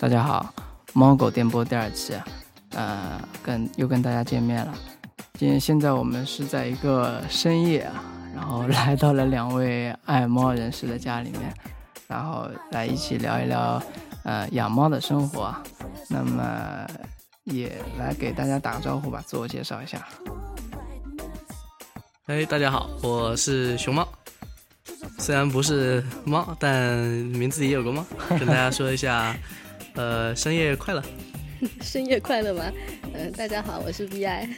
大家好，猫狗电波第二期，呃，跟又跟大家见面了。今天现在我们是在一个深夜啊，然后 来到了两位爱猫人士的家里面，然后来一起聊一聊呃养猫的生活啊。那么也来给大家打个招呼吧，自我介绍一下。哎，大家好，我是熊猫。虽然不是猫，但名字里有个猫，跟大家说一下，呃，深夜快乐。深夜快乐吗？嗯、大家好，我是 VI。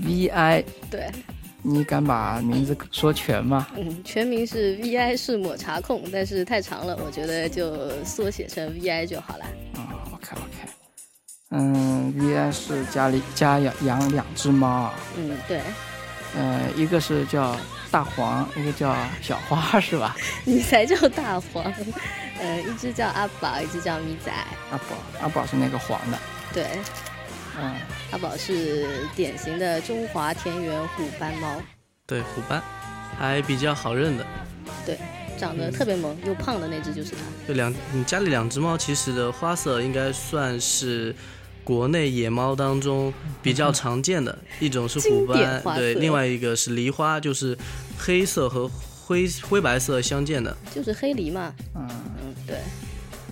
VI，对，你敢把名字说全吗？嗯，全名是 VI 是抹茶控，但是太长了，我觉得就缩写成 VI 就好了。啊、o k OK，嗯，VI 是家里家养养两只猫啊，嗯，对，呃，一个是叫大黄，一个叫小花，是吧？你才叫大黄。呃，一只叫阿宝，一只叫咪仔。阿宝，阿宝是那个黄的，对，嗯，阿宝是典型的中华田园虎斑猫，对，虎斑，还比较好认的。长得特别萌又胖的那只就是它。就两，你家里两只猫，其实的花色应该算是国内野猫当中比较常见的一种是虎经典斑花，色对，另外一个是狸花，就是黑色和灰灰白色相间的。就是黑狸嘛，嗯，嗯，对，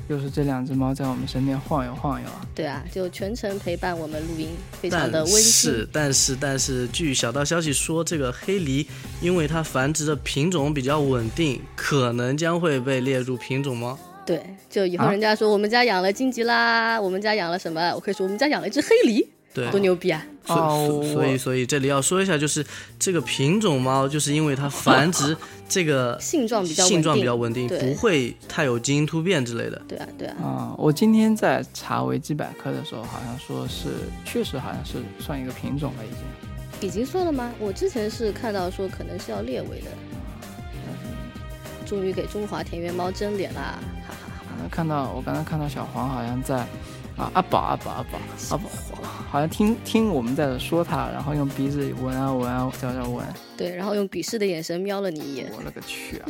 就是这两只猫在我们身边晃悠晃悠啊。对啊，就全程陪伴我们录音，非常但的温馨。是，但是，但是，据小道消息说，这个黑狸因为它繁殖的品种比较稳定，可能将会被列入品种猫。对，就以后啊人家说我们家养了金吉拉，我们家养了什么，我可以说我们家养了一只黑狸，对，多牛逼啊！所哦所所我以所以这里要说一下，就是这个品种猫，就是因为它繁殖这个性状比较稳定，性状比较稳定，对不会太有基因突变之类的。对啊，对啊，啊、我今天在查维基百科的时候，好像说是确实好像是算一个品种了，已经。已经算了吗？我之前是看到说可能是要列为的，终于给中华田园猫争脸啦！哈哈哈，我刚才看到我刚才看到小黄好像在啊阿宝阿宝阿宝啊阿宝，好像听听我们在说它，然后用鼻子闻啊闻啊叫叫闻，对，然后用鄙视的眼神瞄了你一眼，我勒 个去啊！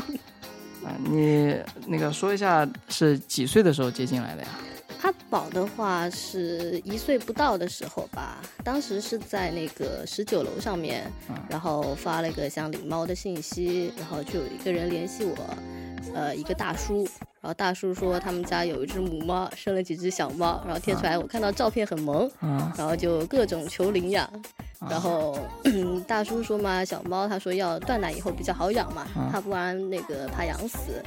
啊，你那个说一下是几岁的时候接进来的呀？阿宝的话是一岁不到的时候吧，当时是在那个十九楼上面，然后发了一个像领猫的信息，然后就有一个人联系我，呃，一个大叔，然后大叔说他们家有一只母猫，生了几只小猫，然后贴出来，我看到照片很萌，啊，然后就各种求领养，然后、嗯大叔说嘛，小猫他说要断奶以后比较好养嘛，啊怕不然那个怕养死。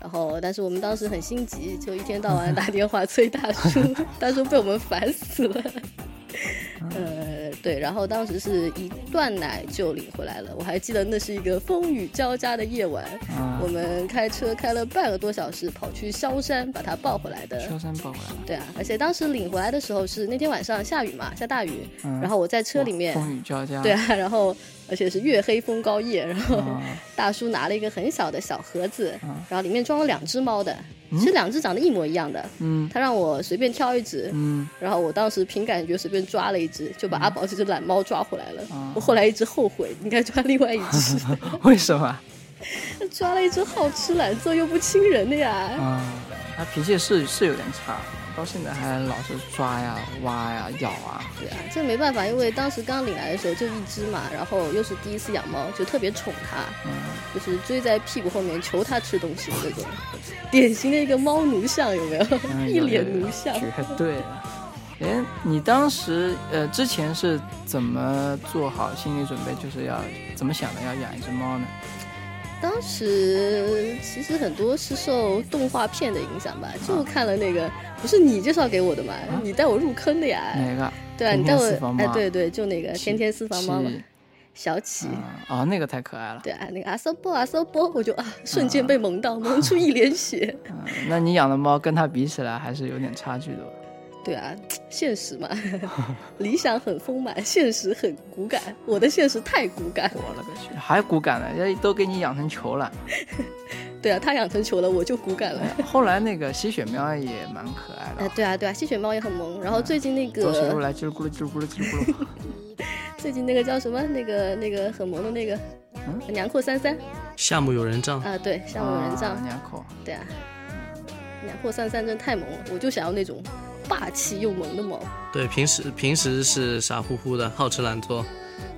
然后但是我们当时很心急，就一天到 晚打电话催大叔， 大叔被我们烦死了。啊 呃，对，然后当时是一断奶就领回来了，我还记得那是一个风雨交加的夜晚，啊我，们开车开了半个多小时跑去萧山把它抱回来的。萧山抱过来了，对啊，而且当时领回来的时候是那天晚上下雨嘛，下大雨，嗯然后我在车里面，风雨交加，对啊， 然后而且是月黑风高夜，然后 啊，大叔拿了一个很小的小盒子，嗯然后里面装了两只猫的，是两只长得一模一样的，嗯他让我随便挑一只，嗯，然后我当时凭感觉随便抓了一只，就把阿宝这只懒猫抓回来了。啊我后来一直后悔，应该抓另外一只， 为什么啊抓了一只好吃懒做又不亲人的呀。啊？它脾气是是有点差，到现在还老是抓呀、挖呀、咬 啊。对啊，这没办法，因为当时刚领来的时候就一只嘛，然后又是第一次养猫，就特别宠它，嗯就是追在屁股后面求它吃东西的那种， 典型的一个猫奴相，有没有？嗯 一脸奴相。绝对的。哎，你当时呃之前是怎么做好心理准备，就是要怎么想的要养一只猫呢？当时其实很多是受动画片的影响啊吧，就看了那个，不是你介绍给我的嘛，你带我入坑的呀。哪个？对啊，你天带啊天我私房，哎，猫啊对对，就那个天天私房猫嘛是，小启。啊哦，那个太可爱了。对啊，那个阿骚波阿骚波，我就啊，瞬间被萌 到，萌出一脸血。嗯，那你养的猫跟它比起来还是有点差距的吧。对啊，现实嘛， 理想很丰满， 现实很骨感。我的现实太 骨感。我勒个去，还骨感呢，人家都给你养成球了。 对啊，他养成球了，我就骨感哎了。后来那个吸血喵也蛮可爱哎，的，对啊，对啊，吸血猫也很萌。嗯然后最近那走起路个，来叽里咕噜叽里咕噜叽里咕 噜。最近那个叫什么？那个那个很萌的那个，嗯娘阔三三哦夏目友人帐，啊，对，像我人啊帐。娘口。对啊，两破三三真太萌了，我就想要那种霸气又萌的猫。对，平时平时是傻乎乎的，好吃懒做，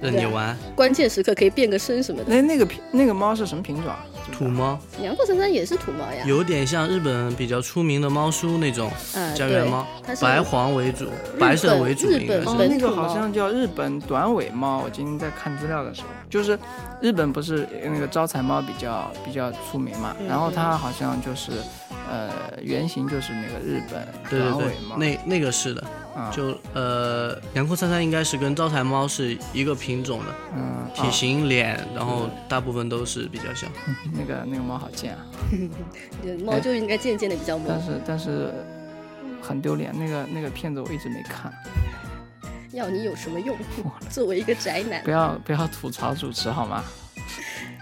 任你玩。关键时刻可以变个身什么的。那那个品那个猫是什么品种啊？土猫两破三三也是土猫呀，有点像日本比较出名的猫叔那种啊家园猫对它，是白黄为主，白色为主，日应该本是哦，本那个土好猫像叫日本短尾猫。我今天在看资料的时候，就是日本不是那个招财猫比较比较出名嘛，嗯然后它好像就是，呃，原型就是那个日本对短对尾对猫，，那那个是的，啊就呃，杨阔三三应该是跟招财猫是一个品种的，嗯，体哦型、脸，然后大部分都是比较像。那个那个猫好贱啊，猫就应该渐渐的比较萌哎但。是但是很丢脸，那个那个片子我一直没看，要你有什么用？ 作为一个宅男不，要不要吐槽主持好吗？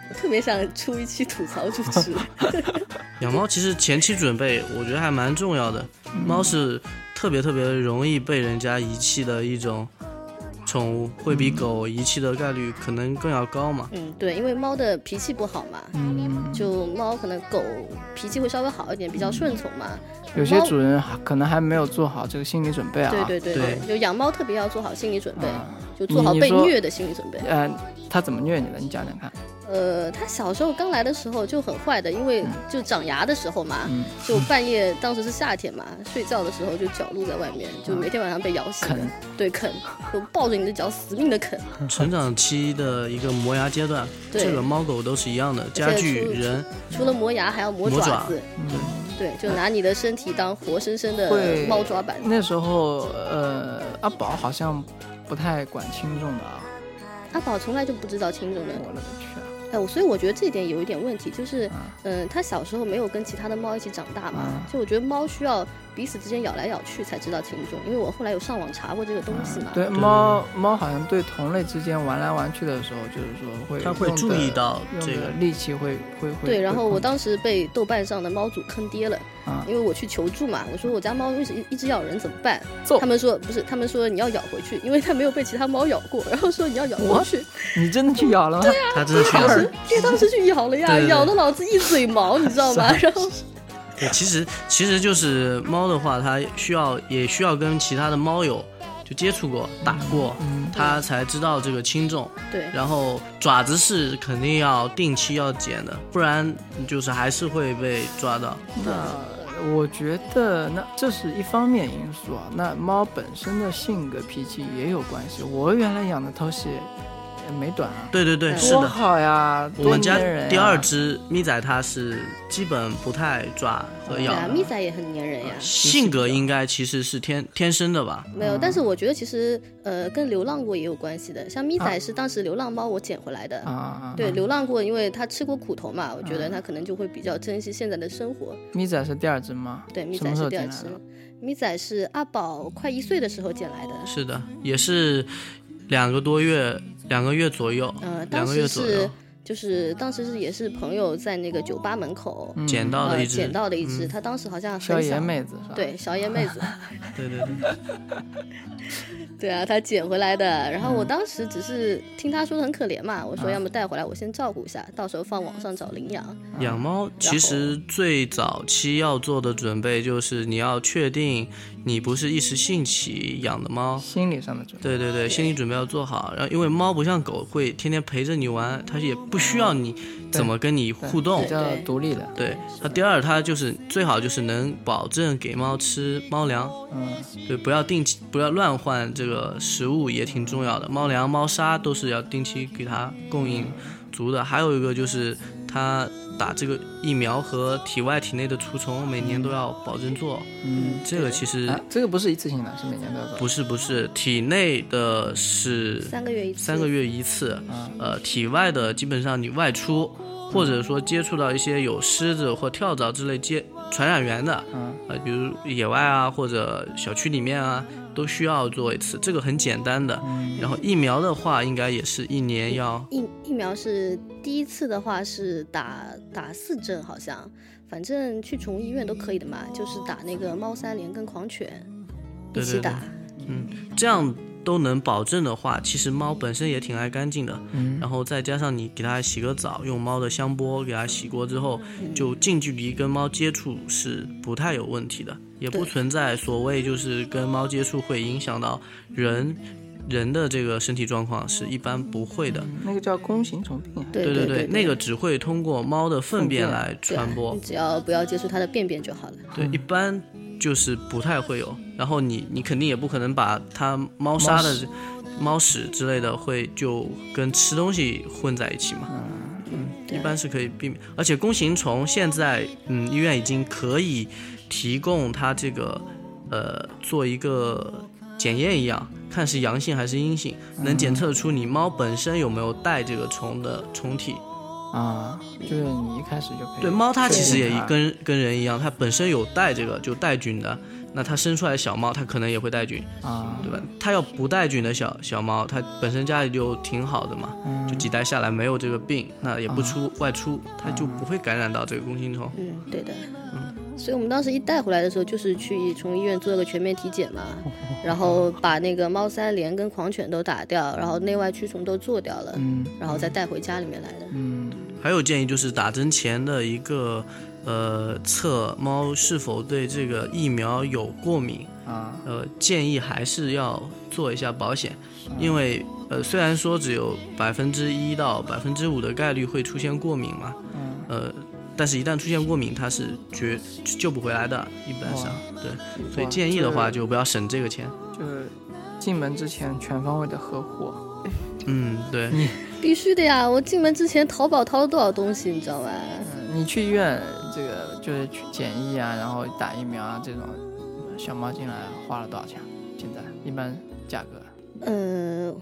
我特别想出一期吐槽主 持。养猫其实前期准备，我觉得还蛮重要的。猫是特别特别容易被人家遗弃的一种宠物，会比狗遗弃的概率可能更要高嘛。嗯，对，因为猫的脾气不好嘛，嗯，就猫可能狗脾气会稍微好一点，比较顺从嘛。有些猫主人还可能还没有做好这个心理准备啊，对对嗯对对嗯就养猫特别要做好心理准备，啊就做好你被说虐的心理准备。呃，它怎么虐你的？你讲讲看，呃，它小时候刚来的时候就很坏的，因为嗯就长牙的时候嘛，嗯就半夜当时是夏天嘛，睡觉的时候就脚露在外嗯面，就每天晚上被咬醒的，啃对啃，就抱着你的脚死命的啃， 成长期的一个磨牙阶段，对这个猫狗都是一样的，家具、出 人，除了磨牙还要磨磨爪子，嗯。对，就拿你的身体当活生生的会猫抓板。那时候，呃，阿宝好像不太管轻重的啊。阿宝从来就不知道轻重的，我勒个去啊！哎，我所以我觉得这一点有一点问题，就是，嗯、它小时候没有跟其他的猫一起长大嘛，啊就我觉得猫需要彼此之间咬来咬去才知道轻重，因为我后来有上网查过这个东西嘛。嗯对，猫猫好像对同类之间玩来玩去的时候，就是说会它会用的注意到用这的个力气会会会。对，然后会我控当时被豆瓣上的猫主坑爹了，啊因为我去求助嘛，我说我家猫为什么一直咬人怎么办揍？他们说不是，他们说你要咬回去，因为它没有被其他猫咬过，然后说你要咬回去，制你真的去咬了吗？它真的去当咬人。时爹当时去咬了呀，对对对咬的老子一嘴毛，你知道 吗？然后对，哎其实其实就是猫的话，它需要也需要跟其他的猫友就接触过、打过，嗯它才知道这个轻重。对，然后爪子是肯定要定期要剪的，不然就是还是会被抓到。那我觉得那这是一方面因素啊，那猫本身的性格脾气也有关系。我原来养的偷喜也没短啊，对对对，是多的。好呀！我们家多粘人呀啊第二只咪仔，它是基本不太抓和对咬啊，的，咪仔也很粘人呀。性格应该其实是天天生的吧？没有，但是我觉得其实呃跟流浪过也有关系的，像咪仔是当时流浪猫我捡回来的。啊啊，啊对，流浪过，因为它吃过苦头嘛，我觉得它可能就会比较珍惜现在的生活。咪仔是第二只吗？对，咪什么时仔是候第二进来只的，咪仔是阿宝快一岁的时候捡来的。是的，也是两个多月，两个月左右，呃，当两个月时左是右就是当时是也是朋友在那个酒吧门口、捡到的呃一只，捡到的一只，它当时好像嗯小很野小，妹子是吧？对小野妹子，对对对。对啊，他捡回来的。然嗯后我当时只是听他说的很可怜嘛，我啊说要么带回来，我先照顾一下，到时候放网上找领养。养猫其实最早期要做的准备就是你要确定你不是一时兴起养的猫，心理上的准备。对对对，心理准备要做好。然后因为猫不像狗会天天陪着你玩，它也不需要你怎么跟你互动比。较独立的，对它，第二它就是最好就是能保证给猫吃猫粮，嗯，对，不要定期不要乱换这个食物也挺重要的，猫粮、猫砂都是要定期给它供应足的。还有一个就是它打这个疫苗和体外体内的除虫，每年都要保证做。嗯，这个其实啊，这个不是一次性的，是每年都要做。不是不是体内的是三个月一次，三个月一次，啊呃，体外的基本上你外出或者说接触到一些有虱子或跳蚤之类接传染源的，嗯呃，比如野外啊或者小区里面啊，都需要做一次，这个很简单的。然后疫苗的话，应该也是一年要，疫疫苗是第一次的话是打打四针，好像反正去宠物医院都可以的嘛，就是打那个猫三联跟狂犬一对起对对打。这样都能保证的话，其实猫本身也挺爱干净的。嗯然后再加上你给它洗个澡，用猫的香波给它洗过之后，就近距离跟猫接触是不太有问题的，也不对存在所谓就是跟猫接触会影响到人人的这个身体状况，是一般不会的。那个叫弓形虫病啊，对对对对，那个只会通过猫的粪便粪便来对啊传播你。只要不要接触它的便便就好了。对，一般就是不太会有。然后你你肯定也不可能把它猫砂的屎猫屎之类的会就跟吃东西混在一起嘛，对啊一般是可以避免。而且弓形虫现在嗯医院已经可以提供它这个呃做一个检验一样。看是阳性还是阴性，能检测出你猫本身有没有带这个虫的虫体。啊，就是你一开始就可以对，猫它确其实定也它跟跟人一样，它本身有带这个就带菌的，那它生出来的小猫它可能也会带菌，啊，对吧？它要不带菌的小小猫，它本身家里就挺好的嘛，就几代下来没有这个病，那也不出外出，它就不会感染到这个弓形虫。嗯，对的。所以我们当时一带回来的时候，就是去从医院做个全面体检嘛，哦然后把那个猫三联跟狂犬都打掉，然后内外驱虫都做掉了，嗯然后再带回家里面来的。嗯还有建议就是打针前的一个呃测猫是否对这个疫苗有过敏，啊呃，建议还是要做一下保险，啊因为呃，虽然说只有百分之一到百分之五的概率会出现过敏嘛，嗯呃，但是一旦出现过敏，它是绝救不回来的，一般上对，所以哇建议的话这就不要省这个钱。就是进门之前全方位的呵护，嗯，对，必须的呀！我进门之前淘宝淘了多少东西，你知道吧？嗯，你去医院这个就是去检疫啊，然后打疫苗啊这种，小猫进来花了多少钱？现在一般价格嗯，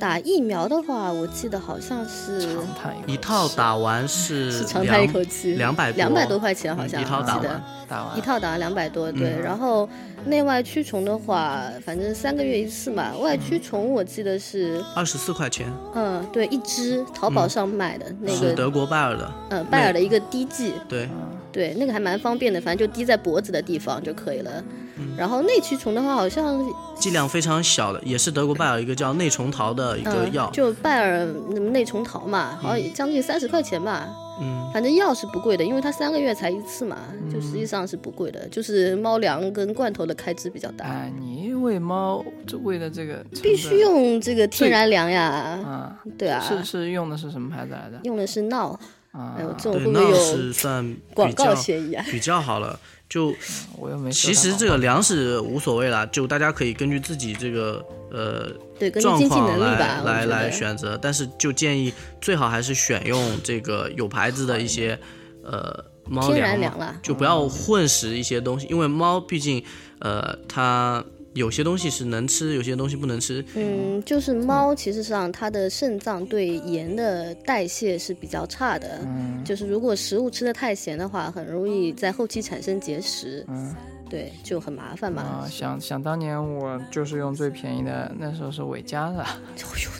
打疫苗的话，我记得好像是长叹一口气一套打完是是长两叹一口气，两百两百多块钱好嗯像，一套我打记得完。打完一套打了两百多，对。嗯然后内外驱虫的话，反正三个月一次嘛。外嗯驱虫我记得是，二十四块钱，嗯、对，一支淘宝上卖的、那嗯是个，德国拜耳的，呃，拜耳的一个滴剂，对，对，那个还蛮方便的，反正就滴在脖子的地方就可以了。嗯然后内驱虫的话，好像剂量非常小的，也是德国拜耳一个叫内虫桃的一个嗯、药，就拜耳内虫桃嘛，好像也将近三十块钱吧。嗯，反正药是不贵的，因为它三个月才一次嘛，就实际上是不贵的，就是猫粮跟罐头的开支比较大。哎，你喂猫这喂的这个必须用这个天然粮呀，啊，对啊，是是用的是什么牌子来的用的是闹，啊哎呦，？这种对，会不那会是有算比广告嗯较嫌疑啊？比较好了，就我又没收其到实广这告个粮食无所谓啦，就大家可以根据自己这个呃对，根据状经济能况力来，吧我来觉来得。选择，但是就建议最好还是选用这个有牌子的一些呃猫天粮然粮嘛，啦，嗯就不要混食一些东西，因为猫毕竟呃它有些东西是能吃，有些东西不能吃，嗯，就是猫，其实上它的肾脏对盐的代谢是比较差的，嗯就是如果食物吃的太咸的话，很容易在后期产生结石，嗯对，就很麻烦嘛啊，。想想当年我就是用最便宜的，那时候是伟嘉的，哎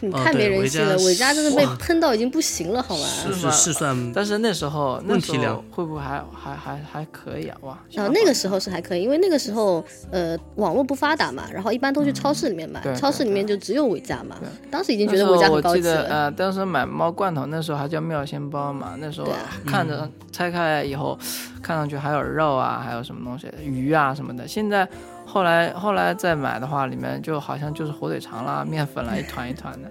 呦，你哦太没对人维性嘉了，伟嘉真的被哇喷到已经不行了，好吗？是吗是是算但是那时候那问时题候量会不会还还还还可以啊？哇，啊想，那法个时候是还可以，因为那个时候呃网络不发达嘛，然后一般都去超市里面买，嗯对超市里面就只有维嘉嘛对。当时已经那觉时得候维嘉我很高记级得了，呃，当时买猫罐头，那时候还叫妙鲜包嘛，那时候对啊看嗯着、拆开来以后，看上去还有肉啊，还有什么东西鱼啊什么的。现在后来后来再买的话，里面就好像就是火腿肠啦、面粉啦，一团一团的。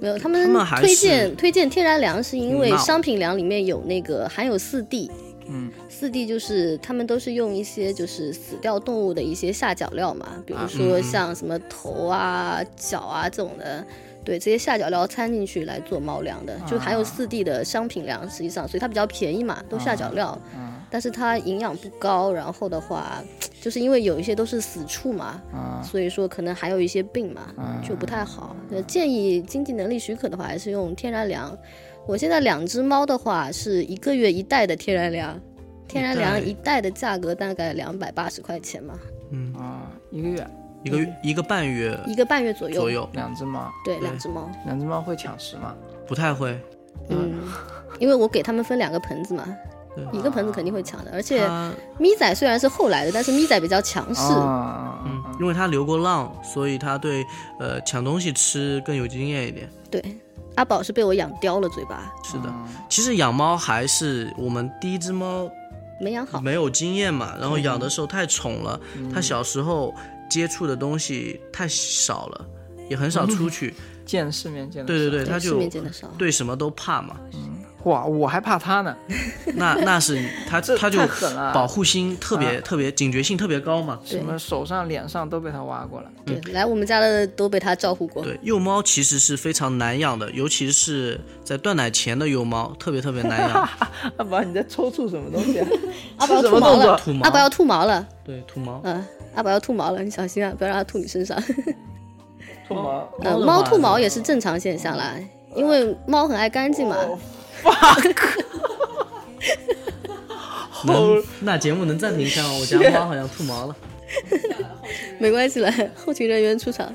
没有他他们们还推是荐推荐天然粮是因为闹商品粮里面有那个含有四 D，嗯，四 D 就是他们都是用一些就是死掉动物的一些下脚料嘛，比如啊说嗯嗯像什么头啊、脚啊这种的。对这些下脚料掺进去来做猫粮的，就含有啊四 D 的商品粮，实际上，所以它比较便宜嘛，都下脚料。啊嗯但是它营养不高，然后的话，就是因为有一些都是死畜嘛，啊所以说可能还有一些病嘛，嗯就不太好。呃建议经济能力许可的话，还是用天然粮。我现在两只猫的话是一个月一袋的天然粮，天然粮一一袋的价格大概两百八十块钱嘛，嗯啊，一个月一个月一个半月一个半月左右。左右，两只猫，对，对两只猫，两只猫会抢食吗？不太会。嗯， 因为我给它们分两个盆子嘛，一个盆子肯定会抢的。而且它咪仔虽然是后来的，但是咪仔比较强势，啊，嗯因为他流过浪，所以他对呃抢东西吃更有经验一点。对，阿宝是被我养刁了嘴巴，是的，其实养猫还是我们第一只猫没养好。没有经验嘛，然后养的时候太宠了，它小时候接触的东西太少了，也很少出去，见世面见的对对对，它市就面见的少。对什么都怕 嘛。哇，我还怕他呢，那那是它这它就太狠了啊保护心特别特别警觉性特别高嘛。什么手上脸上都被他挖过了。 对，来我们家的都被他照顾过。嗯对，幼猫其实是非常难养的，尤其是在断奶前的幼猫，特别特别难 养。阿宝，你在抽搐什么东 西、啊？阿宝要是吐毛了吐毛，阿宝要吐毛了，对，吐毛。嗯，阿宝要吐毛了，你 小心啊，不要让它吐你 身上。吐毛？呃，的猫话吐毛也是正常现象啦，哦因为猫很爱干净嘛。能那节目能暂停一下吗？我家猫好像吐毛了。没关系了， 后勤人员出场，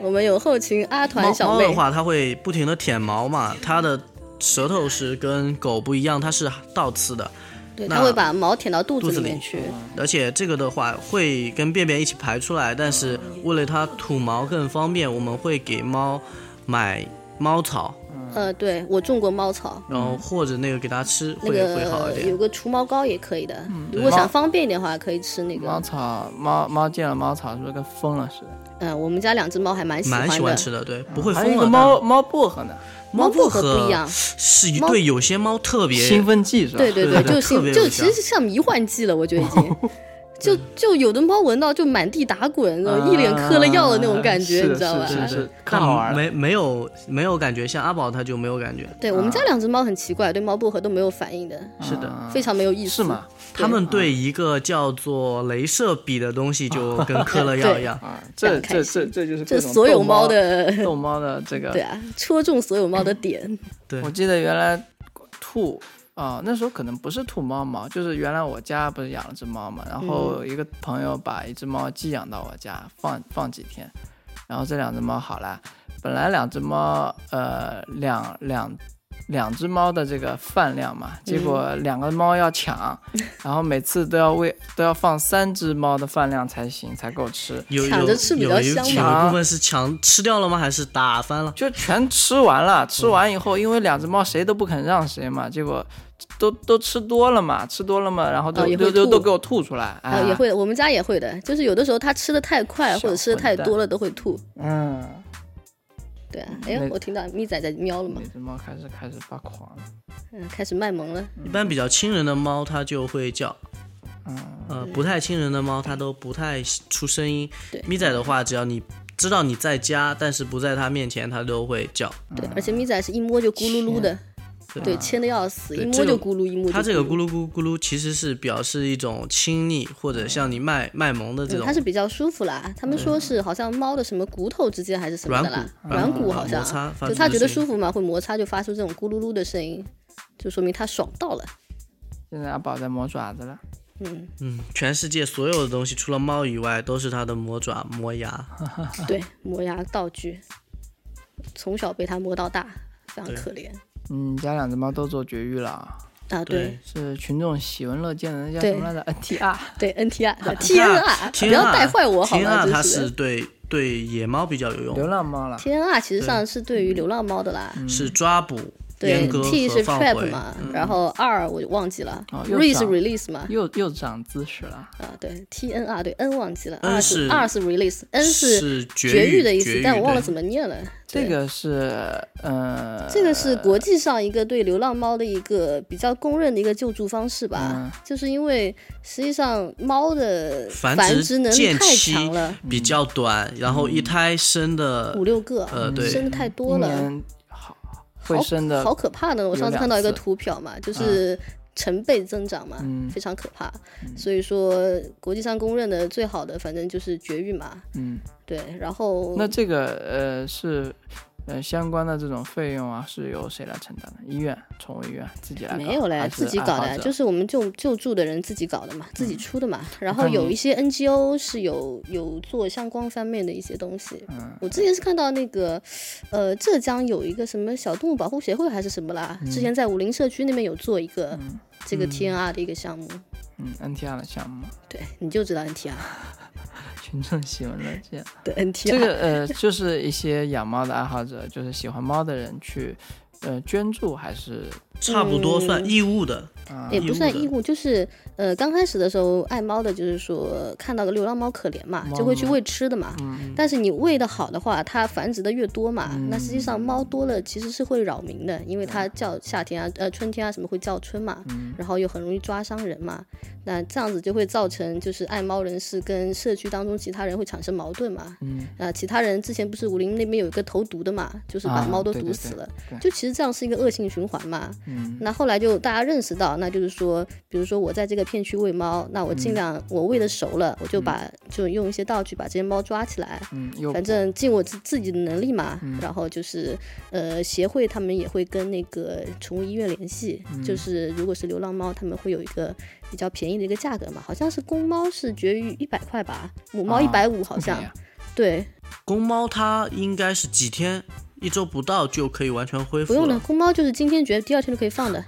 我们有后勤阿团猫小猫妹的。话，它会不停的舔毛嘛，它的舌头是跟狗不一样，它是倒刺的，对，那它会把毛舔到肚肚子里里面去。而且这个的话会跟便便一起排出来，但是为了它吐毛更方便，我们会给猫买猫草，呃，对我种过猫草，然后或者那个给它吃会、那会好一个点。嗯有个除毛膏也可以的。如果想方便一点的话，可以吃那猫个。草，猫猫见了猫草是不是跟疯了似的？嗯，我们家两只猫还蛮喜欢蛮的。喜欢吃的，对，不会还有疯一个了。猫猫薄荷呢，但猫猫薄荷荷不一样，是一猫对有些猫特别兴奋剂是吧？对对对对就特别是有就效其实是像迷幻剂了，我觉得已经。就就有的猫闻到就满地打滚，那种一脸嗑了药的那种感觉，啊你知道吧？是是嗯是，可但好玩了。没没有没有感觉，像阿宝他就没有感觉，对我们家两只猫很奇怪，对猫薄荷都没有反应的，是的，非常没有意思。嗯是吗？？他们对一个叫做镭射笔的东西就啊跟嗑了药一样。啊，这这样开这这心这就是这各种所有逗猫猫的， 逗猫的这个对啊，戳中所有猫的点。对我记得原来吐啊、那时候可能不是吐猫毛，就是原来我家不是养了只猫嘛，然后一个朋友把一只猫寄养到我家放放几天，然后这两只猫好了，本来两只猫呃两两。两只猫的这个饭量嘛，结果两个猫要抢，然后每次都要喂都要放三只猫的饭量才行才够吃，有有抢着吃比有较一香有嘛一部分是抢吃掉了吗？还是打翻了？就全吃完了。吃完以后，因为两只猫谁都不肯让谁嘛，结果都都吃多了嘛，吃多了嘛，然后都、哦也会都都吐都给我吐出来。啊 啊，也。会，我们家也会的，就是有的时候它吃的太快小或者吃的太混蛋多了都会吐。嗯，对啊，哎那，我听到咪仔在喵了嘛那，只猫开始开始发狂了。嗯，嗯开始卖萌了。一般比较亲人的猫它就会叫，呃，不太亲人的猫它都不太出声音对。咪仔的话，只要你知道你在家，但是不在它面前，它都会叫。对，而且咪仔是一摸就咕噜噜的，对，牵的要死，对一摸这个就咕噜，一摸就它这个咕噜，噜咕噜咕噜其实是表示一种亲昵，或者像你卖卖萌的这嗯种嗯它是比较舒服啦。他们说是好像猫的什么骨头之间还是什么的啦，软软骨嗯骨好像摩擦发出就它的觉得声音舒服嘛，会摩擦就发出这种咕噜噜的声音，就说明它爽到了。现在阿宝在磨爪子了，嗯，嗯，全世界所有的东西除了猫以外，都是它的磨爪、磨牙。啊对，磨牙道具，从小被它磨到大，非常可怜嗯，家两只猫都做绝育了啊，啊。对是群众喜闻乐见的，那叫对什么来着？NTR。哎对，NTR 的 TNR，不天要啊带坏我好天吗？啊，真它是是的。对对野猫比较有流用，浪猫了， TNR 啊其实上是对于流浪猫的啦，是抓捕、对嗯阉割，T 和是放 trap 回。嗯嘛，然后 R 我就忘记了哦又，Re 是长 release 嘛，又又长姿势了。啊对，T N R 对 N 忘记了 N ，R 是是 R 是 release，N 是绝育的意思，但我忘了怎么。么念了。这对个是呃，这个是国际上一个对流浪猫的一个比较公认的一个救助方式吧，嗯就是因为实际上猫的繁殖能力间太期强了，比较短，然后一胎生的五六个，呃对生的太一多了，年好好会生的好可怕的。我上次看到一个图表嘛，嗯就是成倍增长嘛，非常可怕。嗯所以说，国际上公认的最好的，反正就是绝育嘛。嗯，对，然后那这个呃是呃相关的这种费用啊，是由谁来承担的？医院、宠物医院自啊己来搞？没有嘞还，是自己搞爱好的，者嗯就是我们救救助的人自己搞的嘛，自己出的嘛。然后看有你一些 NGO 是有有做相关方面的一些东西。嗯我之前是看到那个，呃，浙江有一个什么小动物保护协会还是什么啦，嗯之前在武林社区那边有做一个这个 TNR 的一个项目。嗯 NTR 的项目，对，你就知道 NTR，群众喜闻乐 见。对 NTR，这个呃，就是一些养猫的爱好者，就是喜欢猫的人去呃捐助，还是差不多算义务的，啊、也不算义务的义务，就是呃，刚开始的时候爱猫的，就是说看到个流浪猫可怜嘛，猫就会去嘛喂吃的嘛。嗯但是你喂的好的话，它繁殖的越多嘛，那实际嗯上猫多了其实是会扰民的，因为它叫夏天啊、呃春天啊什么会叫春嘛，嗯然后又很容易抓伤人嘛。那这样子就会造成就是爱猫人士跟社区当中其他人会产生矛盾嘛。嗯，呃，其他人之前不是武林那边有一个投毒的嘛，就是把啊猫都对毒对死对了，对就其实这样是一个恶性循环嘛。嗯那后来就大家认识到，那就是说，比如说我在这个片区喂猫，那我嗯尽量我喂的熟了，我就把就用一些道具把这些猫抓起来，嗯，有反正尽我自自己的能力嘛。然后就是呃，协会他们也会跟那个宠物医院联系，就是如果是流浪猫，他们会有一个比较便宜的一个价格嘛，好像是公猫是绝育一百块吧，母猫啊一百五好像。不便宜啊对，公猫它应该是几天，一周不到就可以完全恢复不用了，公猫就是今天绝，第二天就可以放的。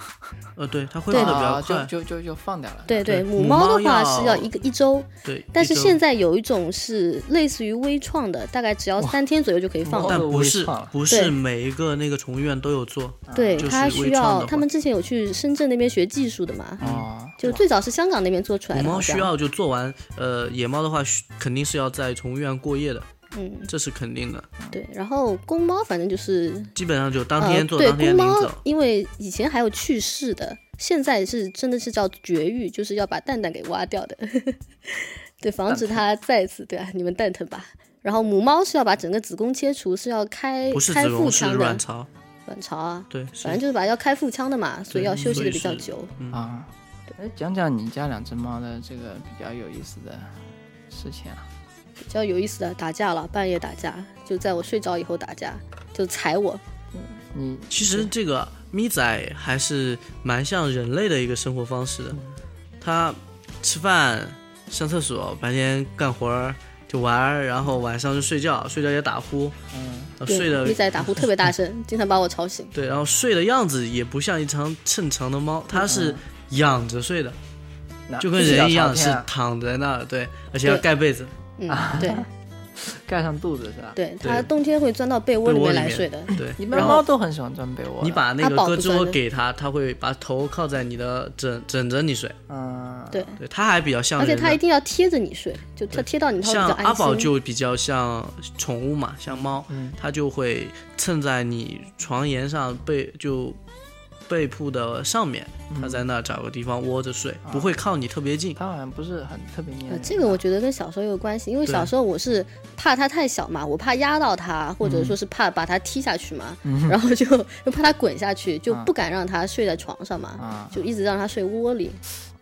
呃，对，它恢复对的得比啊较就快。就就就放掉了。对对，对母母猫猫的话是要要一个一周。对，但是现在在有一种是类似于微创的，大概只要三天左右就可以放哇但了。不是微创了不对是每一个那个宠物医院都有做，对，就是它微需创的要，话他们之前有去深圳那边学技术的嘛，嗯哦，就最早是香港那边做出来母的，好猫需像。要就做完，呃，野猫的话需肯定是要在宠物医院过夜的，嗯，这是肯定的，对。然后公猫反正就是，基本上就当呃，天做，当对，公天领猫走。因为以前还有去世的，现在是真的是叫绝育，就是要把蛋蛋给挖掉的， 对，防止它再次对啊，你们蛋疼吧。然后母猫是要把整个子宫切除，是要开不是开子腹宫，是腔的卵巢，卵巢啊，对，反正就是把要开腹腔的嘛，所以对要休息所的以比较是久。啊，哎，讲讲你家两只猫的这个比较有意思的事情啊。比较有意思的打架了，半夜打架，就在我睡着以后打架，就踩我。你其实这个咪仔还是蛮像人类的一个生活方式嗯的，他吃饭、上厕所，白天干活儿就玩儿，然后晚上就睡觉，睡觉也打呼，嗯，对睡的咪仔打呼特别大声，经常把我吵醒。对，然后睡的样子也不像一常正常的猫，它嗯是仰着睡的，那就跟人一样自己是找朝啊躺在那儿，对，而且要啊对盖被子，嗯， 对天啊盖上肚子是吧？对，它啊对冬天会钻到被窝被里窝面里来面睡的。 对，一般然后。猫都很喜欢钻被窝的。你把那它个保护胳肢窝钻的给它，它会把头靠在你的枕枕着你睡。嗯，对，对，它还比较像而人且类。它一定要贴着你睡，就它贴到你头比较像安心。阿宝就比较像宠物嘛，像猫，它就会蹭在你床沿上背就背铺的上面，它在那儿找个地方窝着睡，不会靠你特别近。它好像不是很特别粘呃人。，这个我觉得跟小时候有关系，因为对小时候我是怕它太小嘛，我怕压到它，或嗯者说是怕把它踢下去嘛，然后就就怕它滚下去，啊就不敢让它睡在床上嘛，啊就一直让它睡窝里。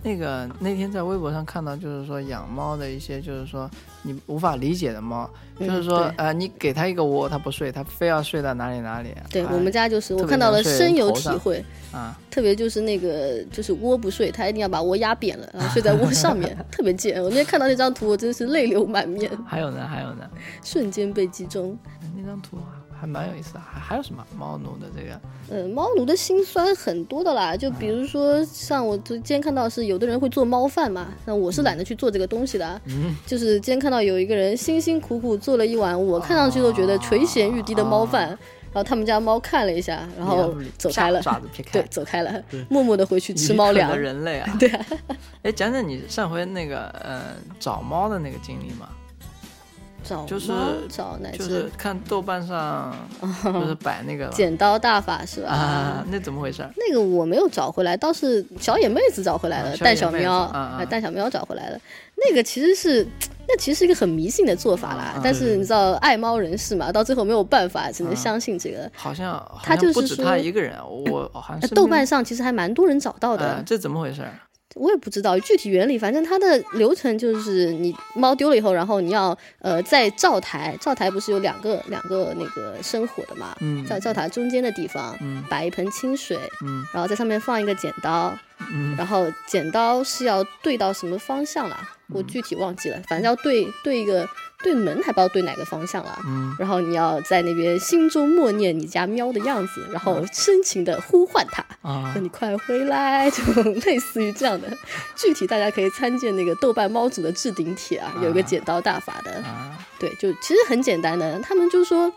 那个那天在微博上看到，就是说养猫的一些，就是说你无法理解的猫，嗯就是说对呃，你给它一个窝，它不睡，它非要睡到哪里哪里。对、哎我们家就是，我特别看到了能睡深有头体上会，啊，特别就是那个就是窝不睡，它一定要把窝压扁了，然后睡在窝 上面，特别贱。我那天看到那张图，我真是泪流满面，还有呢，还有呢，哎瞬间被击中。那张图还蛮有意思的，还还有什么猫奴的这个呃，猫奴的辛酸很多的啦，就比如说像我昨天看到是有的人会做猫饭嘛，那我是懒得去做这个东西的啊，嗯就是今天看到有一个人辛辛苦苦做了一碗我看上去都觉得垂涎欲滴的猫饭，啊然后他们家猫看了一下，然后走开了，爪爪子撇开对，，走开了对，默默的回去吃猫愚粮蠢的。人类啊。对啊，哎，讲讲你上回那个呃找猫的那个经历嘛，找就是猫找哪就只是看豆瓣 上就是摆那个剪刀大法是吧？啊，那怎么回事儿？那个我没有找回来，倒是小野妹子找回来了，啊小野蛋小妹子喵，啊啊哎蛋小喵找回来了。那个其实是，那其实是一个很迷信的做法啦。啊啊但是你知道爱猫人士嘛，到最后没有办法，只能相信这个。好像好他像就是不止他说一个人，我 我好像那身豆边瓣上其实还蛮多人找到的，呃，这怎么回事儿？我也不知道具体原理，反正它的流程就是你猫丢了以后，然后你要呃在灶台，灶台不是有两个两个那个生火的嘛，嗯在灶台中间的地方、嗯摆一盆清水，嗯然后在上面放一个剪刀，嗯然后剪刀是要对到什么方向啦？嗯我具体忘记了，反正要对对一个对门，还不知道对哪个方向啦。嗯然后你要在那边心中默念你家喵的样子，然嗯后深情的呼唤它，啊说你快回来， 就类似于这样的。具体大家可以参见那个豆瓣猫组的置顶帖啊，有一个剪刀大法的，啊对，就其实很简单的。他们就说，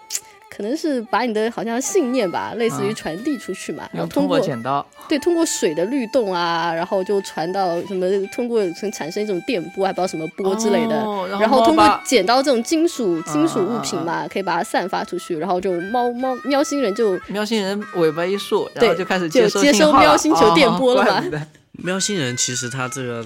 可能是把你的好像信念吧，类似于啊传递出去嘛，然用后通通过过剪刀对，通过水的律动啊，然后就传到什么，通过产生一种电波，还不知道什么波之类的。哦然后猫通过把剪刀这种金属金属啊啊物啊品嘛，可以把它散发出去，然后就猫猫喵星人就喵星人尾巴一竖，然对后就开始就收接信收号喵了星球哦电波了怪嘛不得喵星人其实它这个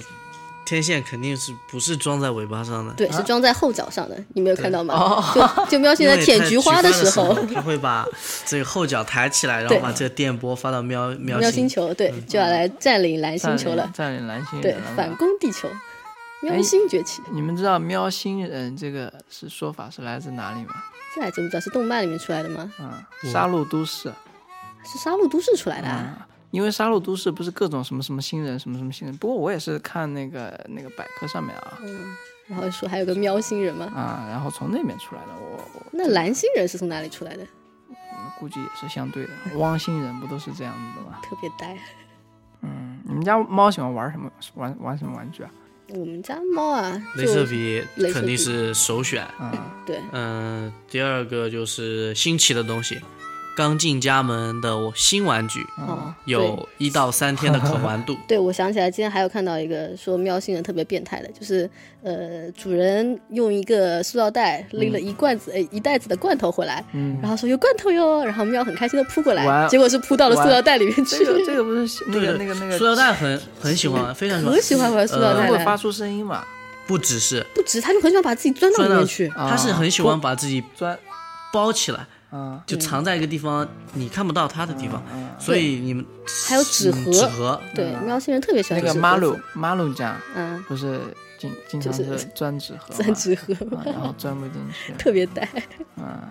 天线肯定是不是装在尾巴上的，对是装在后脚上的，你没有看到吗哦？就就喵星啊因为人舔它菊菊花的时候，它会把这个后脚抬起来，然后对把这个电波发到喵喵喵星嗯星球对就要来占领蓝 星球了，占领占领蓝星对人了，反嘛。攻地球，喵哎星崛起，你们知道“喵星人”这个是说法是来自哪里吗？这还真不知道是动漫里面出来的吗？啊，杀戮都市。是杀戮都市出来的啊？啊，因为杀戮都市不是各种什么什么新人什么什么新人，不过我也是看那个那个百科上面啊嗯然后说还有个喵星人吗？啊，然后从那边出来的，我我那蓝星人是从哪里出来的？嗯估计也是相对的。汪星人不都是这样子的吗？特别呆。嗯，你们家猫喜欢玩什么玩玩什么玩具啊？我们家猫啊，雷就射笔雷射笔肯定是首选。啊，对，嗯、第二个就是新奇的东西，刚进家门的新玩具，哦，对。嗯有一到三天的可玩度。对，我想起来，今天还有看到一个说喵星人特别变态的，就是呃，主人用一个塑料袋拎了一罐子、呃一袋子的罐头回来，嗯，然后说有罐头哟，然后喵很开心的扑过来，玩结果是扑到了塑料袋里面去这了个。这个不是那对个的那个那个塑料袋很很喜欢，非 常喜欢。可喜欢玩塑料它袋呃会发了，出声音嘛？不只是不止，他就很喜欢把自己钻到里面去。啊它是很喜欢把自己钻包起来，啊就藏在一个地方你看不到它的地方。所以你们还有纸盒嗯纸盒对，喵星人特别喜那欢个纸盒马鲁子，马鲁家嗯，不是经经常就是是钻纸盒嘛，钻纸盒，啊，然后钻不进去特别呆。啊。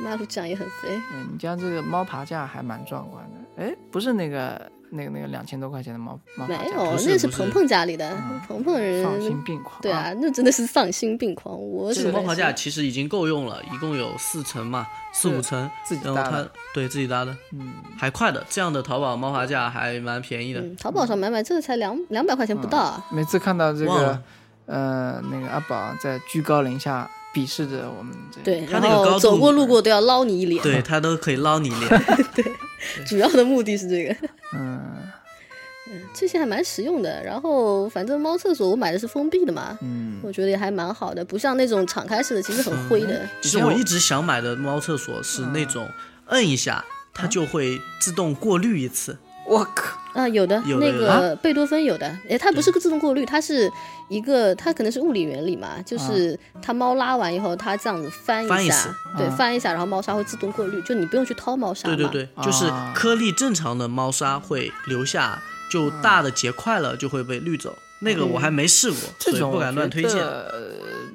马鲁酱也很肥，嗯，你家这个猫爬架还蛮壮观的。哎，不是那个那个那个两千多块钱的猫猫爬没架，有不，是那不是是鹏鹏家里的，鹏鹏丧人心病狂。对啊，，那真的是丧心病狂。我这只个猫能爬说架其实已经够用了，一共有四层嘛，四对五层，自己然后搭它的。对自己搭的嗯，还快的，这样的淘宝猫爬架还蛮便宜的。嗯，淘宝上买买这个才两两百块钱不到啊，每次看到这忘个了呃那个阿宝在居高临下鄙视着我们这个，对，它然那个高后度嗯走过路过都要捞你一脸，对，它都可以捞你脸。 主要的目的是这个，嗯这些还蛮实用的。然后反正猫厕所我买的是封闭的嘛，嗯，我觉得也还蛮好的，不像那种敞开式的其实嗯很灰的，其实我一直想买的猫厕所是那种摁一下，它就会自动过滤一次。我靠，啊，有的有的啊那有的个贝多芬有的，诶，它不是个自动过滤，它是一个，它可能是物理原理嘛，就是它猫拉完以后，它这样子翻啊翻一下次，对，啊翻一下，然后猫砂会自动过滤，就你不用去掏猫砂对嘛。对对，就是啊颗粒正常的猫砂会留下，就大的结块了就会被滤走。那个我还没试过，这所以种不敢乱推荐。呃，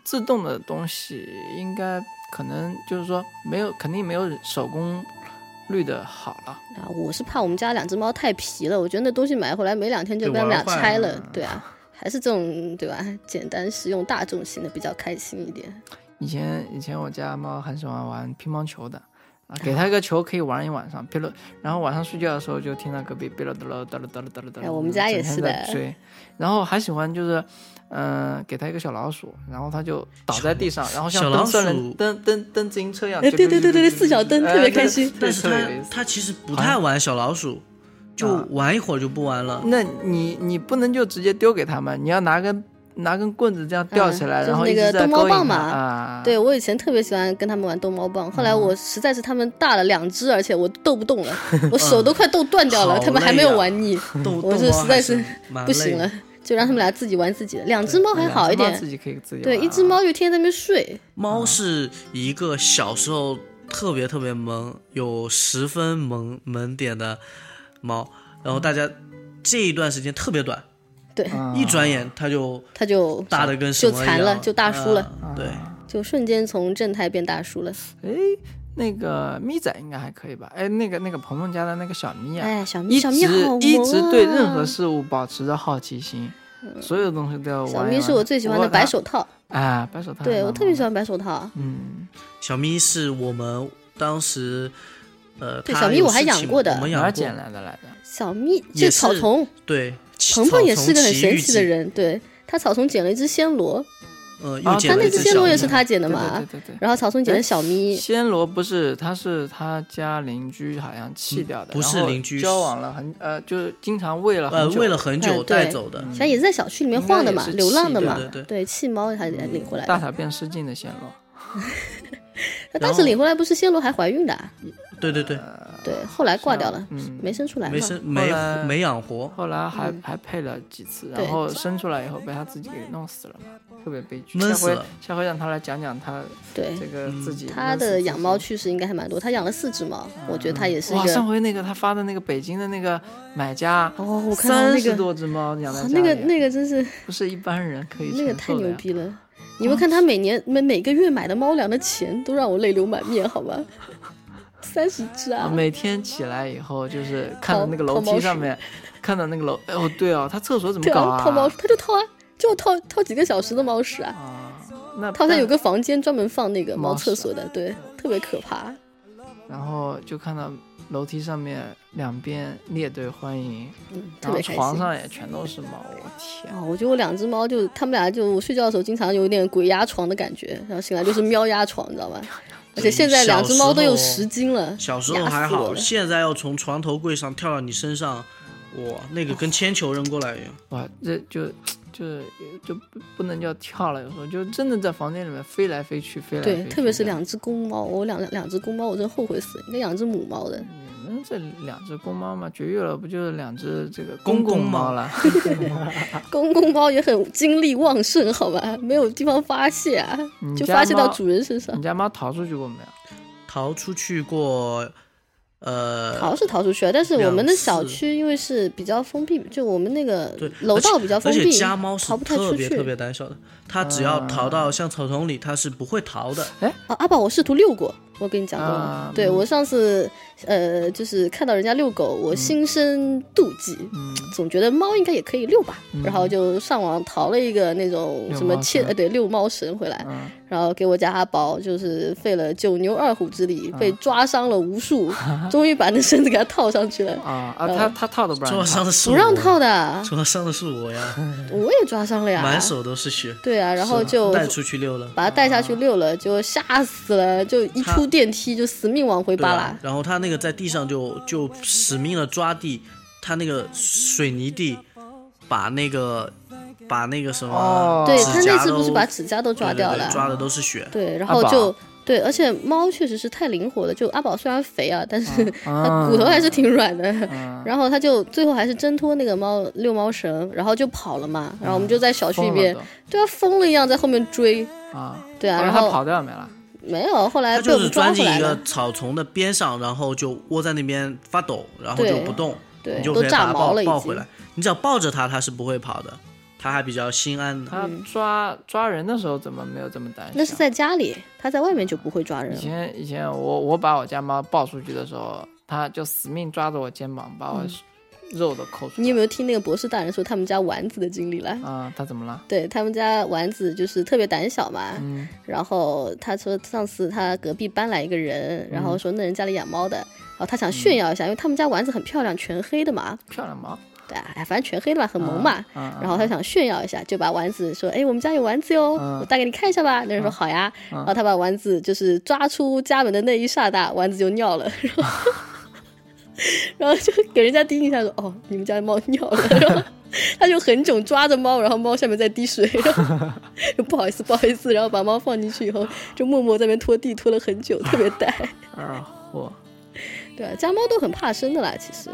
自动的东西应该可能就是说没有，肯定没有手工滤的好了。啊，我是怕我们家两只猫太皮了，我觉得那东西买回来没两天就对被他们俩玩坏拆了了，对啊，还是这种对吧？简单实用、大众型的比较开心一点。以前以前我家猫很喜欢玩乒乓球的，啊，给它一个球可以玩一晚上，噼噜，然后晚上睡觉的时候就听到隔壁噼噜嘟噜嘟噜嘟噜嘟噜嘟噜，哎我们家也是的整天在追，然后还喜欢就是，嗯、给它一个小老鼠，然后它就倒在地上，然后像小蹬老三鼠轮蹬蹬蹬自行车一样，哎，对对对对对对，四脚蹬特别开心。但是特别有意它思它其实不太玩小老鼠，就啊玩一会儿就不玩了。那你你不能就直接丢给他们，你要拿根拿根棍子这样吊起来，嗯然后就是一那直个在逗猫勾引它棒嘛啊，嗯对，我以前特别喜欢跟他们玩逗猫棒，后来我实在是他们大了两只，而且我斗不动了， 我手都快斗断掉嗯了，好他们还没有啊玩腻，逗我逗是猫实在还是蛮不行累的了，就让他们俩自己玩自己的。两只猫还好一两只猫自点，己可以自己对，玩啊一只猫就天天在那边睡，猫是一个小时候特别特别萌，有十分萌萌点的猫，然后大家这一段时间特别短，对，啊一转眼它就它就大的跟什就么一样嗯残了，就大叔了，嗯对，就瞬间从正太变大叔了。哎，那个咪仔应该还可以吧？哎，那个那个鹏鹏家的那个小咪啊，哎，小咪一小直咪好萌啊！一直对任何事物保持着好奇心，所有东西都要玩一嗯小玩。咪是我最喜欢的看白手套，啊，白手套。对我特别喜。欢白手套。嗯，小咪是我们当时，呃，对它小咪有我还事情养过的我们哪养儿过捡来的来着？小咪也这是草丛，对，鹏鹏也是个很神奇的人。人，对他草丛捡了一只暹罗，呃，啊又捡他了那一只只暹小罗也咪是他捡的对嘛对，哎对对对。然后草丛捡了小咪，暹罗不是，他是他家邻居，好像弃掉的，嗯不是然后邻居交往了很呃，就是经常喂了呃很久，喂了很久嗯对带走的，反正也是在小区里面晃的嘛，应该也是流浪的弃对的嘛对，对。对，弃猫还啊领回来大的。小便失禁的暹罗，他当时领回来不是暹罗还怀孕的啊，对对对，对，后来挂掉了，呃嗯，没生出来嘛没。生没后来没养活，后来还、还配了几次，嗯对然后生出来以后被他自己给弄死了嘛，特别悲剧。闷下死回了嗯下回让他来讲讲他对，这个自己、他的养猫。趣事应该还蛮多，他养了四只猫，我觉得他也是一哇，上个。回那个他发的那个北京的那个买家，哦，我看到三那十个，多只猫养在哦家里，那个那个真是不是一般人可以那个承太受的牛呀。逼了！你们看他每年每每个月买的猫粮的钱，都让我泪流满面，好吧？三十只我啊！每天起来以后，就是看到掏那个楼掏猫梯鼠上面，看到那个楼，哦对哦，他厕所怎么对搞啊，啊？掏猫他就掏啊，就掏掏几个小时的猫屎啊！啊，那他好像但有个房间专门放那个猫猫屎厕所的，对，特别可怕。然后就看到楼梯上面两边列队欢迎，嗯，然特后别开心。床上也全都是猫，我天！哦，我觉得我两只猫就，它们俩就睡觉的时候经常有一点鬼压床的感觉，然后醒来就是喵压床，你知道吧？而且现在两只猫都有十斤了，小时候压死 还我好，了现在要从床头柜上跳到你身上，哇，那个跟铅球扔过来一样。哇，这就就就不不能叫跳了，有时候就真的在房间里面飞来飞去，飞来飞去对，的。特别是两只公猫，我两两只公猫，我真后悔死，应该养只母猫的。你们这两只公猫嘛，绝育了不就是两只这个公公公猫猫 了？公公猫也很精力旺盛，好吧，没有地方发泄啊，你就家发泄到猫嗯主人身上你。家猫逃出去过没有？逃出去过，呃，逃是逃出去啊了，但是我们的两次小区因为是比较封闭，就我们那个对楼道比较而封且闭，家猫是逃不太特出别去。特别胆小的，它只要逃到像草丛里，它是不会逃的。啊，阿宝，我试图遛过，我跟你讲过吗，啊对嗯我上次呃，就是看到人家遛狗，我心生妒忌，嗯，总觉得猫应该也可以遛吧，嗯然后就上网淘了一个那种遛什么猫牵绳呃对遛猫绳回来， 嗯然后给我家阿宝就是费了九牛二虎之力，啊被抓伤了 无数，终于把那绳子给它套上去了，啊啊，它它套都不让桌你上套。的是不我，让套的，桌上的是我呀，我也抓伤了呀，满手都是血，对啊，然后啊就带出去溜了。把它带下去遛了，就吓死了，就一它出电梯就死命往回对扒啊拉。然后他那个在地上就就死命的抓地，他那个水泥地，把那个把那个什么，哦对指他啊甲那次不是都把指甲都抓对对掉对了，抓的都是血。对，然阿后宝就对，而且猫确实是太灵活了。就阿宝虽然肥啊，但嗯是 它啊骨头还是挺软的。嗯然后它就最后还是挣脱那个猫遛猫绳，然后就跑了嘛。然后我嗯们就在小区里疯了边都，对啊，疯了一样在后面追。 啊，对啊，后来然它后跑掉没了？没有，后来他被就我是们抓钻回进来一了个。草丛的边上，然后就窝在那边发抖，然后就对不动，对，你就都可以把炸它毛抱了已抱回经来。。你只要抱着它，它是不会跑的，它还比较心安的。它抓抓人的时候怎么没有这么胆小？嗯那是啊在家里，它在外面就不会抓人以了。前以前我我把我家猫抱出去的时候，它就死命抓着我肩膀，把我肉都抠出来。嗯你有没有听那个博士大人说他们家丸子的经历啦？啊，它怎么了？对他们家丸子就是特别胆小嘛，然后他说上次他隔壁搬来一个人，然后说那人家里养猫的，然后他想炫耀一下，因为他们家丸子很漂亮，全黑的嘛，漂亮猫，对啊，哎反正全黑的嘛，很萌嘛。啊然后他想炫耀一下，就把丸子说：“哎，我们家有丸子哟，嗯我带给你看一下吧。”那人说：“好呀。然后他把丸子就是抓出家门的那一刹那，丸子就尿了， 然后然后就给人家第一印象说：“哦，你们家的猫尿了。” 然后他就很囧抓着猫，然后猫下面在滴水，然后就不好意思不好意思，然后把猫放进去以后，就默默在那边拖地拖了很久，特别呆。 二货，对啊，家猫都很怕生的啦，其实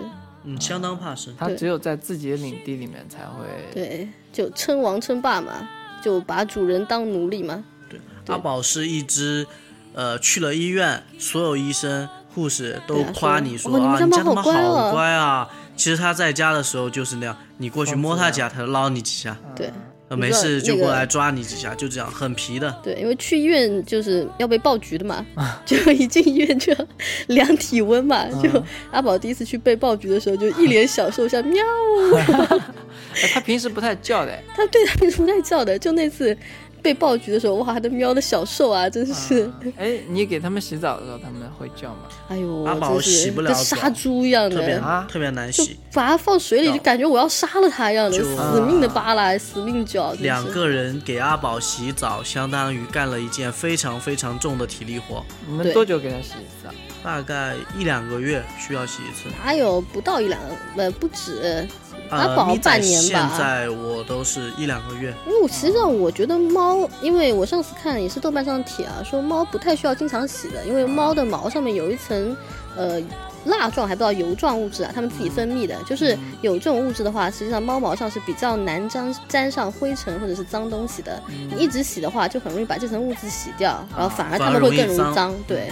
嗯，相当怕生。它对只有在自己的领地里面才会。对，就称王称霸嘛，就把主人当奴隶嘛。对，对阿宝是一只，呃，去了医院，所有医生、护士都对啊夸说你说哦你们啊，家你猫家的好猫乖哦好乖啊。其实它在家的时候就是那样，你过去摸它几下，它就捞你几下，对，然呃，没事就过来抓你几下，就这样，很皮的。对，因为去医院就是要被爆菊的嘛，啊就一进医院就 要量体温嘛。就阿宝第一次去被爆菊的时候，就一脸享受，像喵。哎他平时不太叫的，他对他平时不太叫的，就那次被爆菊的时候，哇，他喵的小兽啊，真是。哎，你给他们洗澡的时候，他们会叫吗？哎呦，阿宝真是洗不了跟澡杀猪一样特别的，啊特别难就洗。把它放水里，就感觉我要杀了它一样的，就死命的扒拉，死命叫，真两是。个人给阿宝洗澡，相当于干了一件非常非常重的体力活，你们对嗯多久给他洗一次啊？大概一两个月需要洗一次。哪有不到一两个，呃，不止，阿呃，宝咪仔半年吧现在我都是一两个月，因为我实际上我觉得猫，因为我上次看也是豆瓣上帖啊，说猫不太需要经常洗的，因为猫的毛上面有一层，呃，蜡状还不知道油状物质啊，它们自己分泌的，就是有这种物质的话，实际上猫毛上是比较难沾沾上灰尘或者是脏东西的。你一直洗的话，就很容易把这层物质洗掉，然后嗯啊反而它们会更容易反而容易脏。嗯哦对，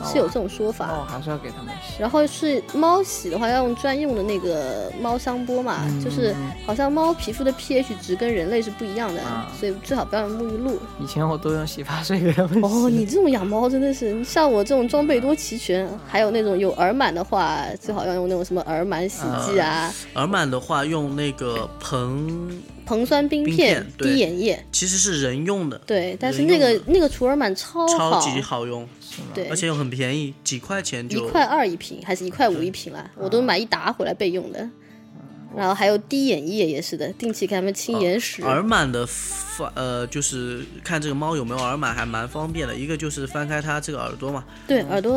那是有我这种说法。那我还是要给他们洗。然后是猫洗的话，要用专用的那个猫香波嘛，嗯就是好像猫皮肤的 pH 值跟人类是不一样的，啊所以最好不要用沐浴露。以前我都用洗发水给他嗯们洗。哦，你这种养猫真的是，你像我这种装备多齐全，还有那种有耳螨的话，最好要用那种什么耳螨洗剂啊、耳螨的话用那个硼，硼酸冰冰片片、对滴眼液。其实是人用的，对，但是人那用个的那个除耳螨超超哦好，级好用，对而，且又很便宜，几块钱一就块二一瓶，还是一块五一瓶啦，我都啊买一打回来备用嗯的。然后还有滴眼液也是的，定期给它们哦清眼屎。耳螨的翻呃，就是看这个猫有没有耳螨，还蛮方便的。一个就是翻开它这个耳朵嘛，对，耳朵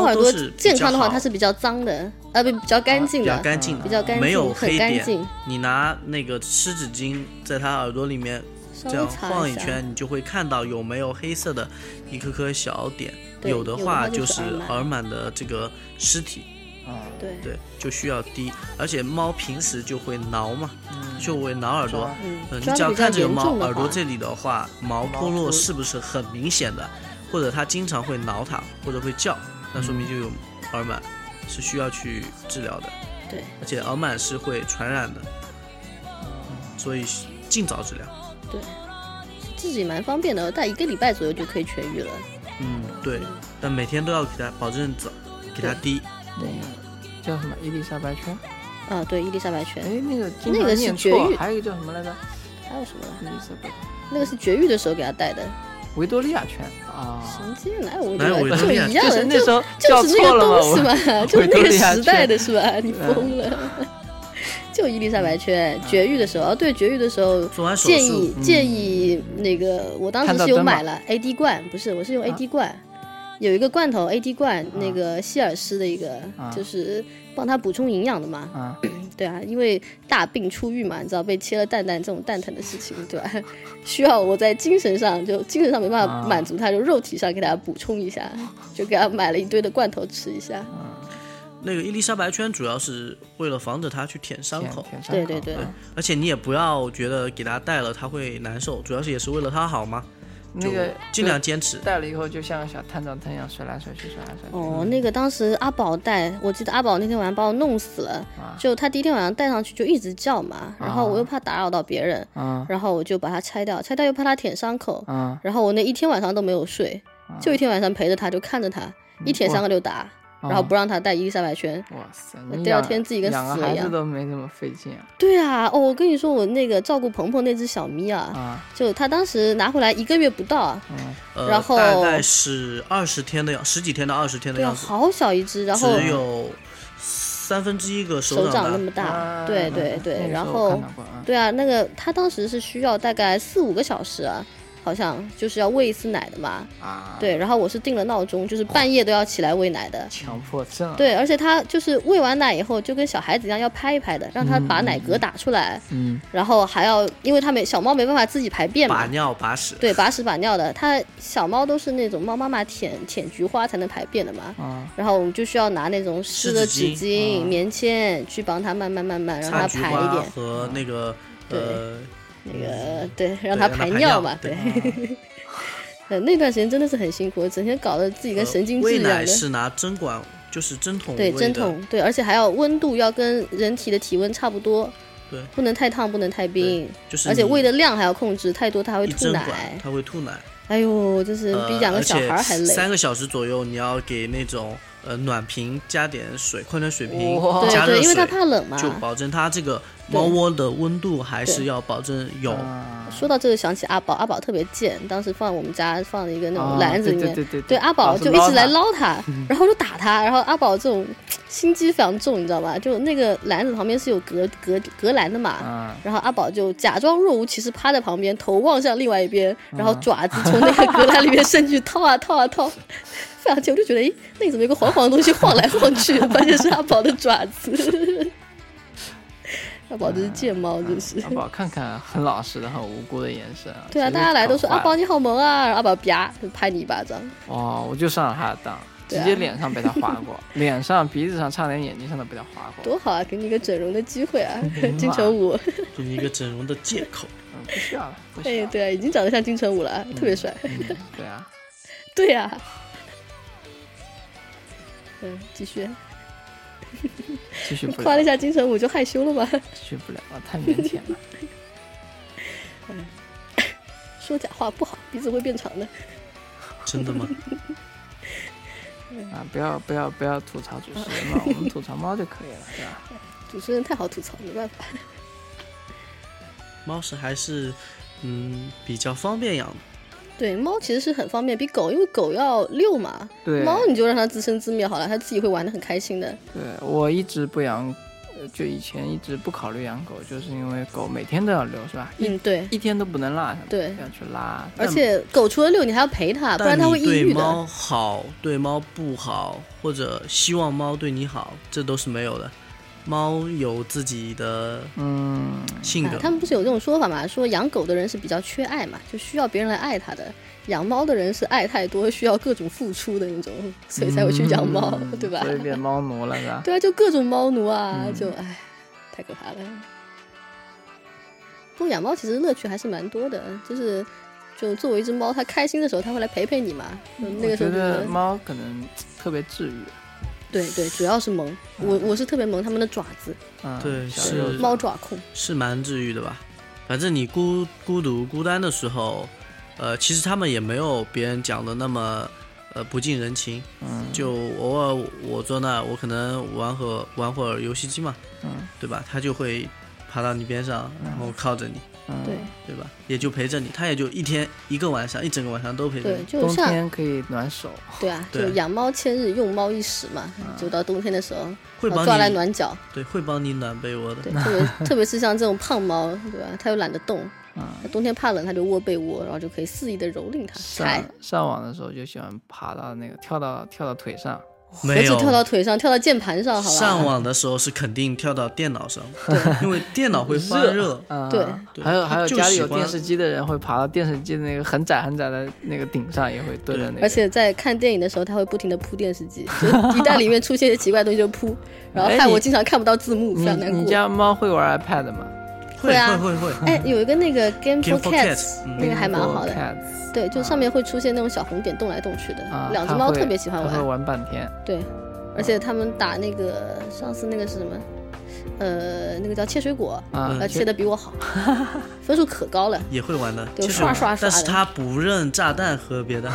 嗯猫耳都朵是比健较康的话，好啊它是比较脏的，呃，不，比较干净比较的，干净的，啊比较干净，没有很黑干点净。你拿那个湿纸巾在它耳朵里面稍这微样擦晃一下，圈，你就会看到有没有黑色的一颗颗小点。对有有的话话就是耳耳螨的这个尸体，啊，对，对，就需要滴。而且猫平时就会挠嘛，嗯就会挠耳朵。嗯，嗯，你抓只的要比较看这个严猫重的耳朵话，这里的话，毛脱落是不是很明显的，或者它经常会挠它，或者会叫，那说嗯明就有耳螨，是需要去治疗的。对，而且耳螨是会传染的，所以尽早治疗。自己蛮方便的，大概一个礼拜左右就可以痊愈了。嗯，对，但每天都要给它保证早，给它滴。那个叫什么伊丽莎白圈？啊，对，伊丽莎白哎犬，，那个经那个常是念绝错育，还有一个叫什么来着？还有什么了？伊丽莎白那个是绝育的时候给它戴的，维多利亚圈啊，神经哪有维哪有多维利亚多就利亚一样就的，是那时就候叫就是那错个了嘛，东西我嘛，就维是那多个利亚时代圈的是吧？你嗯疯了。 就伊丽莎白圈绝育的时候，哦对绝育的时候，做完手建术议，建议那个，我当时看到是有灯吗买了 AD 罐，不是，我是用啊 AD 罐，有一个罐头 AD 罐，那个希尔斯的一个，啊就是帮它补充营养的嘛。啊，对啊，因为大病初愈嘛，你知道被切了蛋蛋这种蛋疼的事情，对吧？ 需要我在精神上就精神上没办法啊满足它，就肉体上给它补充一下，就给它买了一堆的罐头吃一下。哦那个伊丽莎白圈主要是为了防止它去舔伤舔口，舔伤对口对对，而且你也不要觉得给它戴了它会难受，主要是也是为了它好嘛，那就个尽量坚持。戴了以后就像个小探长灯一样甩来甩去，甩来甩去。哦，那个当时阿宝带，我记得阿宝那天晚上把我弄死了，啊就他第一天晚上戴上去就一直叫嘛，然后我又怕打扰到别人，啊然后我就把它拆掉，拆掉又怕它舔伤口，啊然后我那一天晚上都没有睡，就一天晚上陪着它，就看着它，嗯一舔伤口就啊打，然后不让它戴伊丽莎白圈。哇塞！那你第二养天自己跟养个死了一孩样子都没这么费劲啊对啊，哦，我跟你说，我那个照顾鹏鹏那只小咪啊，啊！哦就它当时拿回来一个月不到啊，呃，然后大概是二十天的样，十几天到二十天的对啊，样子，好小一只，然后只有三分之一个手手掌掌那大。么大，啊对对那对，个然时候我后看。到过啊对啊，那个他当时是需要大概四五个小时、啊，好像就是要喂一次奶的嘛。啊，对，然后我是定了闹钟，就是半夜都要起来喂奶的。强迫症啊，对，而且他就是喂完奶以后，就跟小孩子一样要拍一拍的，让他把奶嗝打出来，嗯，然后还要，因为他没小猫没办法自己排便把嘛，尿把屎，对，把屎把尿的，它小猫都是那种猫妈妈舔舔菊花才能排便的嘛，啊然后我们就需要拿那种湿的纸湿纸巾、棉签去帮它慢慢慢慢让它擦菊排一花点，嗯和那个对呃，那个对，对让它让它排尿尿嘛，对对。 呃，那段时间真的是很辛苦，整天搞得自己跟神经质呃喂一样奶的。是拿针管，就是针筒对，喂针的筒，对，而且还要温度要跟人体的体温差不多，对，不能太烫，不能太冰，就是而且你喂的量还要控制，太多它会一吐针管奶。它会吐奶，哎呦，就是比呃养个而小且孩还累。三个小时左右，你要给那种呃暖瓶加点水，矿泉水瓶哇对加对，热因为它水，怕冷嘛。就保证它这个猫窝的温度还是要保证有。啊说到这个，想起阿宝，阿宝特别贱，当时放我们家放了一个那啊种篮子里面，对对对对阿宝是就一捞直来他 捞他，然后就打他，然后阿宝这种心机非常重，你知道吧？就那个篮子旁边是有隔隔隔栏的嘛，啊，然后阿宝就假装若无其事趴在旁边，头望向另外一边，然嗯后爪子从那个隔栏里面伸去掏啊掏啊掏，非常气，我就觉得，诶，那里怎么有个黄黄的东西晃来晃去？发现是阿宝的爪子。 阿宝真是贱猫，真是。哎阿宝看看很老实的、很无辜的眼神啊。对啊，其实大家来都可说坏阿了宝你好萌啊，然后阿宝啪就拍你一巴掌。哦，我就上了他的当，对直啊接脸上被他划 过，脸上、鼻子上，差点眼睛上都被他划过。多好啊，给你一个整容的机 会啊，金城武。给你一个整容的借口。嗯，不需要了，不需要哎，了。对啊，已经长得像金城武了，特别帅。 嗯对啊，对啊，嗯，继续继续不夸了了一，下金城武就害羞了吧？ 继续不了了，太腼腆了。说假话不好，鼻子会变长的。真的 吗？啊，不要不要不要吐槽主持人嘛，我们吐槽猫就可以了，对吧？主持人太好吐槽，没办法。 猫是还是嗯比较方便啊养的，对，猫其实是很方便，比狗，因为狗要遛嘛。对， 猫你就让它自生自灭好了，它自己会玩的很开心的。对我一直不养，呃就以前一直不考虑养狗，就是因为狗每天都要遛，是吧？一嗯，对一天都不能落下，对哎要去拉。而但且狗除了遛，你还要陪它，不但然它会你抑对郁猫的。好，对猫不好，或者希望猫对你好，这都是没有的。猫有自己的嗯，性啊格，，他们不是有这种说法嘛？说养狗的人是比较缺爱嘛，就需要别人来爱它的；养猫的人是爱太多，需要各种付出的那种，所以才会哎去养猫，嗯对吧？所以变猫奴了， 是吧？对啊，就各种猫奴啊，嗯就唉，太可怕了。不过养猫其实乐趣还是蛮多的，就是就作为一只猫，它开心的时候它会来陪陪你嘛。就那个时嗯候我觉就觉得得猫可能特别治愈，对对，主要是萌，我我是特别萌它们的爪子，嗯，对小是嗯幼猫爪控。是蛮治愈的吧。反正你孤孤独孤单的时候，呃，其实他们也没有别人讲的那么呃不近人情。嗯，就偶尔我坐那儿，我可能玩会儿玩会儿游戏机嘛，嗯对吧？它就会爬到你边上，然后靠着你，嗯，对对吧？也就陪着你，它也就一天一个晚上，一整个晚上都陪着对，你。就冬像天可以暖手，对啊，就对养猫千日，用猫一时嘛。就到冬天的时候，啊会帮抓来你暖脚。对，会帮你暖被窝的对，。特别特别是像这种胖猫，对吧？它又懒得动，嗯，它冬天怕冷，它就窝被窝，然后就可以肆意的蹂躏它，踩上上网的时候就喜欢爬到那个跳到跳到腿上，何没止跳有到腿上，跳到键盘上，好吧？上网的时候是肯定跳到电脑上，因为电脑会发热。嗯，对对还有还有就家里喜有欢电视机的人会爬到电视机的那个很窄很窄的那个顶上，也会蹲在那而里。且在看电影的时候，它会不停的扑电视机，就一旦里面出现一些奇怪的东西就扑，然后哎害我你经常看不到字幕，非常你难你过。家猫会玩 iPad 吗会会啊会会会，哎，有一个那个 Game Game for for Cats， Cats，嗯那个还蛮好的。 Cats，对，就上面会出现那种小红点动来动去的，啊，两只它猫会特别喜欢它会玩。玩半天。对，而且他们打那个上次那个是什么？呃，那个叫切水果，嗯啊呃，切切的比我好，分数可高了。也会玩的，对就是刷刷但刷是的它不认炸弹和别的，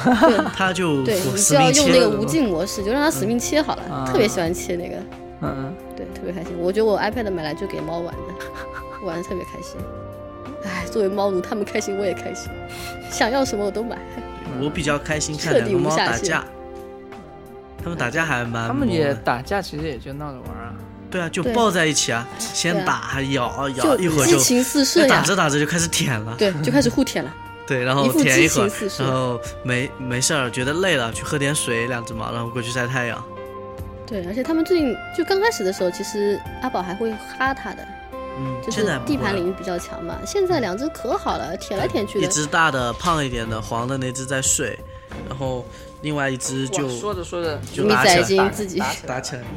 它就对，我你死就要命用那切个。无尽模式，就让它死命切好了。啊特别喜欢切那个，嗯，对，特别开心。我觉得我 iPad 买来就给猫玩的，玩的特别开心。哎，作为猫奴，他们开心我也开心，想要什么我都买。我比较开心看彻两底个无猫下打限架，它们打架还蛮他们萌也的打架，其实也就闹着玩啊。对啊，就对抱在一起啊，先对啊打咬咬，一会儿激就情四射打呀，着打着就开始舔了，啊对，就开始互舔了。对，然一后副舔激一会儿情四，射然后没没事儿，觉得累了去喝点水，两只猫，然后过去晒太阳。对，而且他们最近就刚开始的时候，其实阿宝还会哈它的，嗯，就现是在不地会盘了领域比较强嘛。现在两只可好了，舔来舔去一的。只大的胖一点的黄的那只在睡，然后另外一只就说着说着就米打仔已起来经自己打起来了，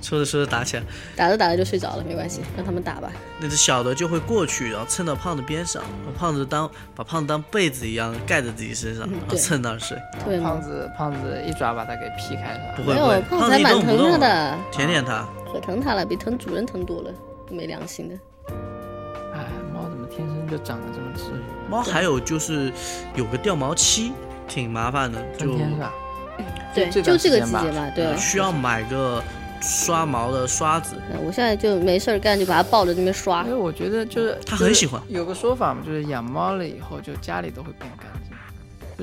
说着说着打起来，打着打着就睡着了，没关系，让他们打吧。那只小的就会过去，然后蹭到胖子边上，然后胖子当把胖子当被子一样盖在自己身上，然后嗯对蹭那儿睡，特别胖萌。子胖子一爪把它给劈开嗯不了。会没不会有，，胖子子还一蛮动不啊疼它动了，的，舔舔它，可疼它了，比疼主人疼多了，没良心的。哎天生就长得这么直。猫还有就是有个掉毛期，挺麻烦的，就春天是吧？哎对，这就段这个时季间吧节嘛，对。啊需要买个刷毛的刷 子。嗯我现在就没事儿干，就把它抱着那边刷因为。我觉得就是他很喜欢，就是有个说法嘛，就是养猫了以后，就家里都会变干净。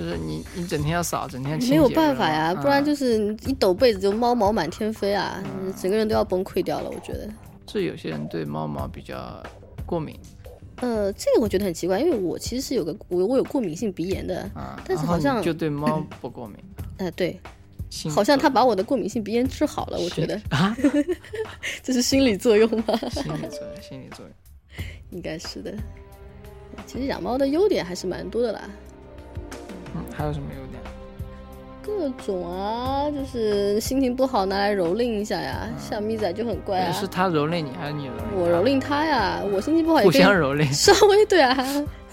就是你你整天要扫，整天清洁没有办法呀，是吧不然嗯就是你一抖被子就猫毛满天飞啊，整个人都要崩溃掉了。我觉得，是有些人对猫毛比较过敏呃，这个我觉得很奇怪，因为我其实是有个我我有过敏性鼻炎的，啊，但是然好后你像就对猫不过 敏，哎、对，心好像他把我的过敏性鼻炎治好了，我觉得啊， 这是心理作用吧，心理作用，心理作用。 应该是的。其实养猫的优点还是蛮多的啦，嗯，还有什么优点？各种啊，就是心情不好拿来蹂躏一下呀，像咪仔就很乖啊，嗯是它蹂躏你，还是你蹂躏它？我蹂躏它呀，我心情不好也互可以相蹂躏。稍微对啊，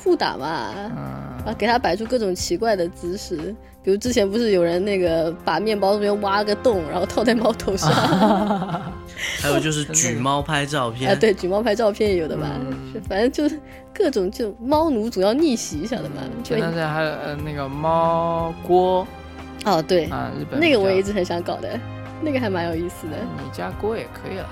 互打嘛，嗯，啊，给它摆出各种奇怪的姿势，比如之前不是有人那个把面包这边挖个洞，然后套在猫头上，啊还有就是举猫拍照片，啊，对，举猫拍照片也有的吧，嗯是反正就是各种就猫奴总要逆袭一下的嘛。就前段时间还有呃那个猫锅哦，对，啊，日本那个我也一也，直很想搞的，那个还蛮有意思的。哎你家锅也可以了。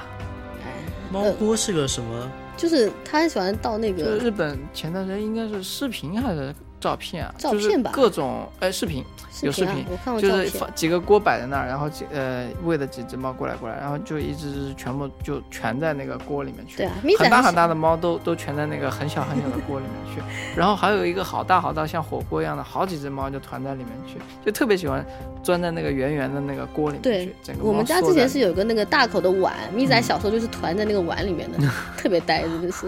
猫锅是个什么？就是他很喜欢到那就个是日本前段时间应该是视频还是照片啊？照就是片吧各种哎视频，有视啊频，我看过就照是片，放几个锅摆在那儿，然后几呃喂了几只猫过来过来，然后就一只只全部就全在那个锅里面去。对啊，咪仔很大还很是大的猫都都全在那个很小很小的锅里面 去，然后还有一个好大好大像火锅一样的好几只猫就团在里面去，就特别喜欢钻在那个圆圆的那个锅里面对去。整个我猫们家缩之前在嗯是有个那个大口的碗，咪仔小时候就是团在那个碗里 面的，特别呆，真的是。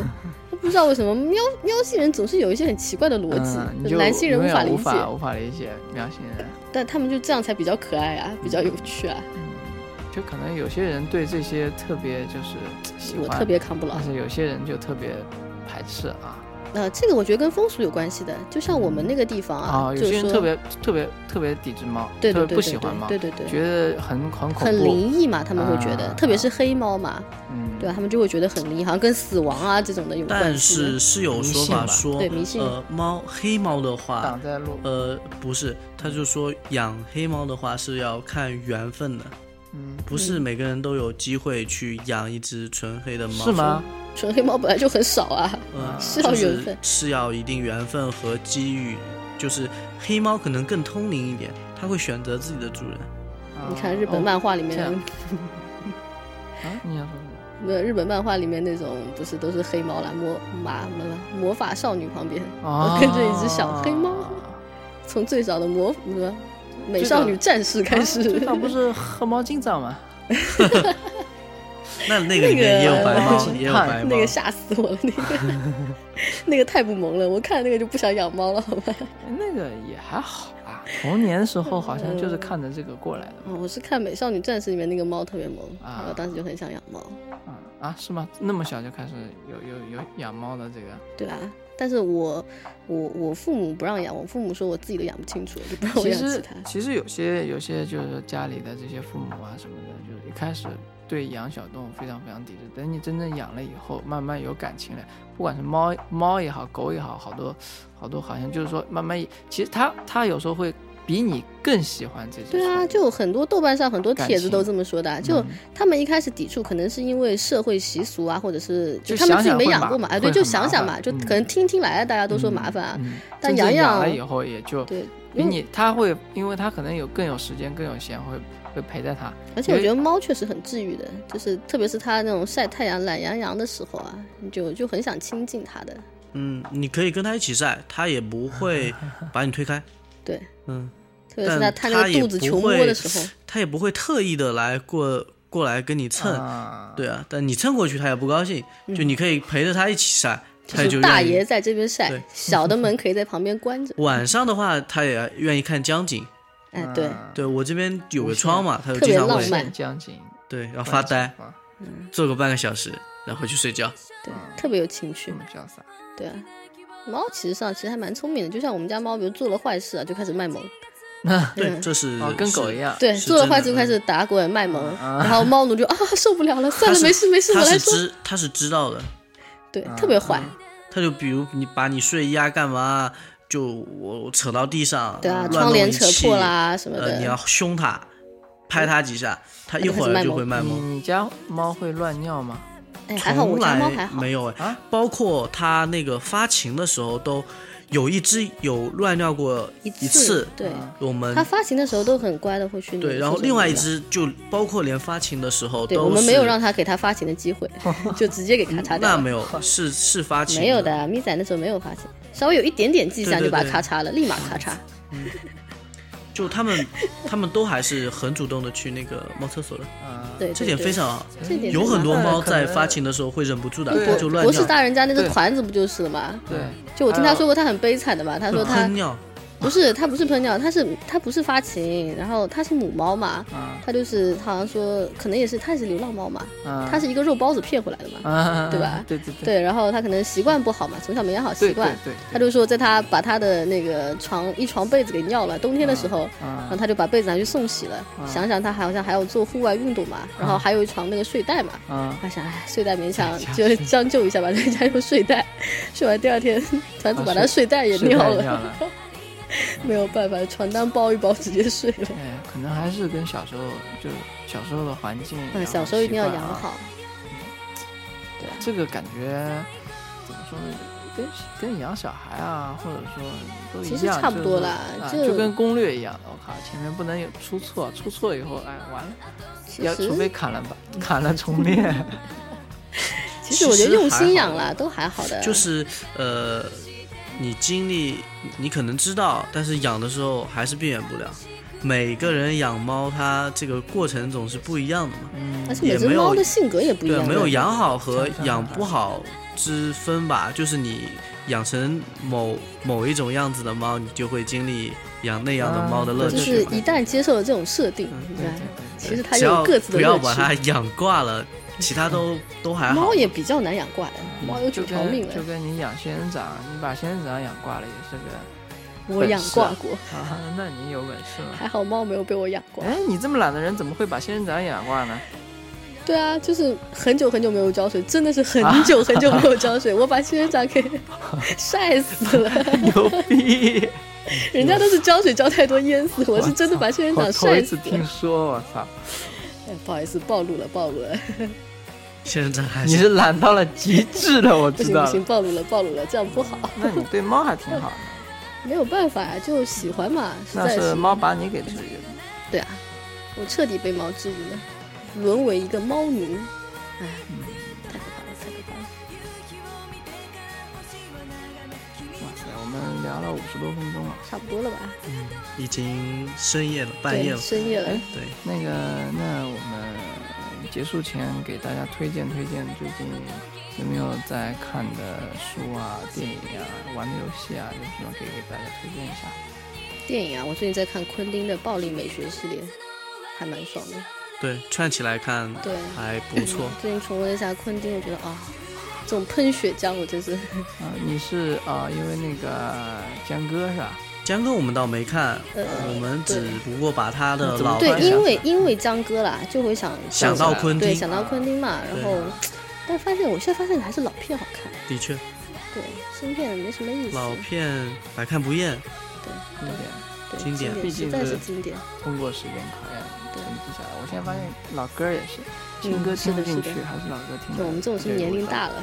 不知道为什么喵喵星人总是有一些很奇怪的逻嗯辑，你就就男性人永无远法理无解，法无法理解喵星人，但他们就这样才比较可爱啊，比较嗯有趣啊，就可能有些人对这些特别就是喜我欢，嗯特别扛不牢但。是有些人就特别排斥啊呃，这个我觉得跟风俗有关系的，就像我们那个地方啊，啊，有就些是人说特别特别特别抵制猫，对对特别对不对喜欢猫，对对对对，觉得很很恐很怖，灵异嘛，他们会觉得啊，特别是黑猫嘛，嗯，对吧？他们就会觉得很灵异，好像跟死亡啊这种的有关但系。是是有说法迷说呃对迷，信啊呃，猫黑猫的话挡，在路，呃，不是，他就说养黑猫的话是要看缘分的，嗯，不是每个人都有机会去养一只纯黑的猫，是吗？？纯黑猫本来就很少啊，呃，是要就是缘分是要一定缘分和机遇。就是黑猫可能更通灵一点，它会选择自己的主人。啊你看日本哦漫画里这面样，啊，你想说什么？没有日本漫画里面那种不是都是黑猫啦，魔马什么魔法少女旁边，啊，跟着一只小黑哦猫从最早的魔什么美少女战士 开始啊这，倒不是黑猫警长吗？那那个里面也有白那猫，个也有白猫。 那个吓死我了，那个 那个太不萌了，我看那个就不想养猫了，好吧？哎那个也还好吧，童年时候好像嗯就是看着这个过来的哦，我是看美少女战士里面那个猫特别萌，啊然后当时就很想养猫，嘛。啊，是吗？那么小就开始有有有养猫的这个，对吧？但是我我我父母不让养，我父母说我自己都养不清楚，就不让 我其养其实他。其实有些有些就是家里的这些父母啊什么的，就是一开始对养小动物非常非常抵制，等你真正养了以后，慢慢有感情了，不管是猫猫也好，狗也好，好多好多好像就是说慢慢，其实它它有时候会比你更喜欢这些。对啊，就很多豆瓣上很多感帖子都情嗯这么说的啊，就他们一开始抵触，可能是因为社会习俗啊，或者是就他们想自己想没会养麻过嘛，哎，会对，就很想麻烦想嘛，就嗯可能听听来啊，大家都说麻烦啊，嗯，但真正养了养以后也就对，比因嗯为你它会，因为它可能有更有时间、更有闲，会会陪在它。而且我因为觉得猫确实很治愈的，就是特别是它那种晒太阳懒洋洋的时候啊，你就就很想亲近它的，嗯，你可以跟它一起晒，它也不会把你推开。对，嗯，特别但是它探它那个也肚子不求摸会的时候，它也不会特意的来过过来跟你蹭。啊，对啊，但你蹭过去它也不高兴，就你可以陪着它一起晒，它也嗯是就大愿爷意。在这边晒对，小的门可以在旁边关 着，晚上的话，它也愿意看江景。哎，嗯对，对我这边有个窗嘛，它就特别经常浪会漫现将近对，然后发呆，啊，坐个半个小时，然后回去睡觉。对，特别有情趣这，嗯么潇洒。对啊。猫其实上其实还蛮聪明的，就像我们家猫，比如做了坏事啊，就开始卖萌，对，嗯这是哦，跟狗是一样，对，啊是做了真的嗯坏事就开始打滚卖萌，然后猫奴就啊受不了了，算他是嗯了，没事没事，我他来是做，知他是知道的，对，特别坏，他就比如你把你睡衣啊干嘛，就我扯到地上，对啊，嗯乱窗弄帘一扯气破啦什么的。呃，你要凶它，拍它几下，它一它就会儿开始就卖会卖你萌。你家猫会乱尿吗？哎，嗯还好我从家猫来还好，没有哎啊，包括它那个发情的时候都有一只有乱尿过一一次，对，我们它发情的时候都很乖的会去嗯那个对，然厕后所另外里一面只就包括连发情的时候对都我们没有是让它给它发情的机 会，就直接给咔嚓掉那了。没有是是发情没有的，咪仔那时候没有发情，稍微有一点点迹象对对就把它对咔嚓了，立马咔 嚓。就他们他们都还是很主动的去那个猫厕所的，啊，对，这对点对非常好。这点有是很麻多烦的猫可在能发情的时候会忍不住的对，它就乱博士尿，大人家那个对团子不就是了吗？对，就我听他还有说过，他很悲惨的嘛。他会说他喷尿，不是，他不是喷尿，他是他不是发情，然后他是母猫嘛，啊他就是好像说可能也是他也是流浪猫嘛，啊，他是一个肉包子骗回来的嘛。啊， 对吧 对对对对，然后他可能习惯不好嘛，从小没养好习对惯对，对，他就说在他把他的那个床一床被子给尿了，冬天的时候。然啊后他就把被子拿去送洗了，想想他好像还要做户外运动嘛，然后还有一床那个睡袋嘛，啊，他想，哎，睡袋勉强在家就将就一下吧， 在家用睡袋，睡完第二天， 团子啊把睡他睡袋也睡尿袋了，尿了没有办法，床单包一包直接睡了。哎，可能还是跟小时候就是小时候的环境，嗯，小时候一定要习惯养啊好，这个感觉怎么说呢？跟跟养小孩啊，或者说都一样，其实差不多啦就是就啊、就跟攻略一样。我靠，前面不能有出错，出错以后，哎，完了，其要除非实嗯砍了吧，砍了重 练。其实我觉得用心养还啦，都还好的。就是呃，你经历你可能知道，但是养的时候还是避免不了。每个人养猫，它这个过程总是不一样的嘛。嗯而且也每只没有猫的性格也不一对，样，没有养好和常常养不好之分吧，就是你养成某某一种样子的猫，你就会经历养那样的猫的乐啊就对趣是嘛。一旦接受了这种设定，嗯你知对对对道吧其实它只也有要各自的不要乐把它趣。养挂了，其他都都还好猫。也比较难养惯的，猫有嗯就九条跟命就了，跟你养仙人掌，你把仙人掌养挂了也是个我养挂过，啊，那你有本事了。还好猫没有被我养过。哎，你这么懒的人怎么会把仙人掌养挂 呢？对啊，就是很久很久没有浇水，真的是很久很久没有浇水，我把仙人掌给晒死了。牛逼！人家都是浇水浇太多淹死，我是真的把仙人 掌我头晒一死次了。听说，我操！哎，不好意思，暴露了，暴露了，仙人掌还你是是懒到了极致了，我不知行道不了行，。暴露了，暴露了，这样不好。那你对猫还挺 好的，没有办法呀，就喜欢嘛，实那在是是。猫把你给治愈了。对啊，我彻底被猫治愈了，沦为一个猫奴。哎，嗯太可怕了，太可怕了。哇塞，我们聊了五十多分钟啊了。差不多了吧？嗯已经深夜了，半夜对，了。深夜了哎。对，那个，那我们结束前给大家推荐推荐最近有没有在看的书啊、电影啊、玩的游戏啊，有什么可以给大家推荐一下？电影啊，我最近在看昆汀的《暴力美学》系列，还蛮爽的。对，串起来看对，还不 错。最近重温了一下昆汀，我觉得啊、这种喷血浆我真是啊、你是啊、因为那个江哥是吧？江哥我们倒没看，呃 我们对嗯只不过把他的怎么老对番对，想因想为因为江哥啦，就会想想到昆汀对，，想到昆汀嘛，然后。但发现我现在发现还是老片好看，的确对新片没什么意思。老片百看不厌。有点对经典毕实竟在是是经典。通过时间考验对沉积下来。我现在发现老歌儿也是，新歌嗯听不是的进去，是的还是老歌听就嗯得。我们这种是年龄大了，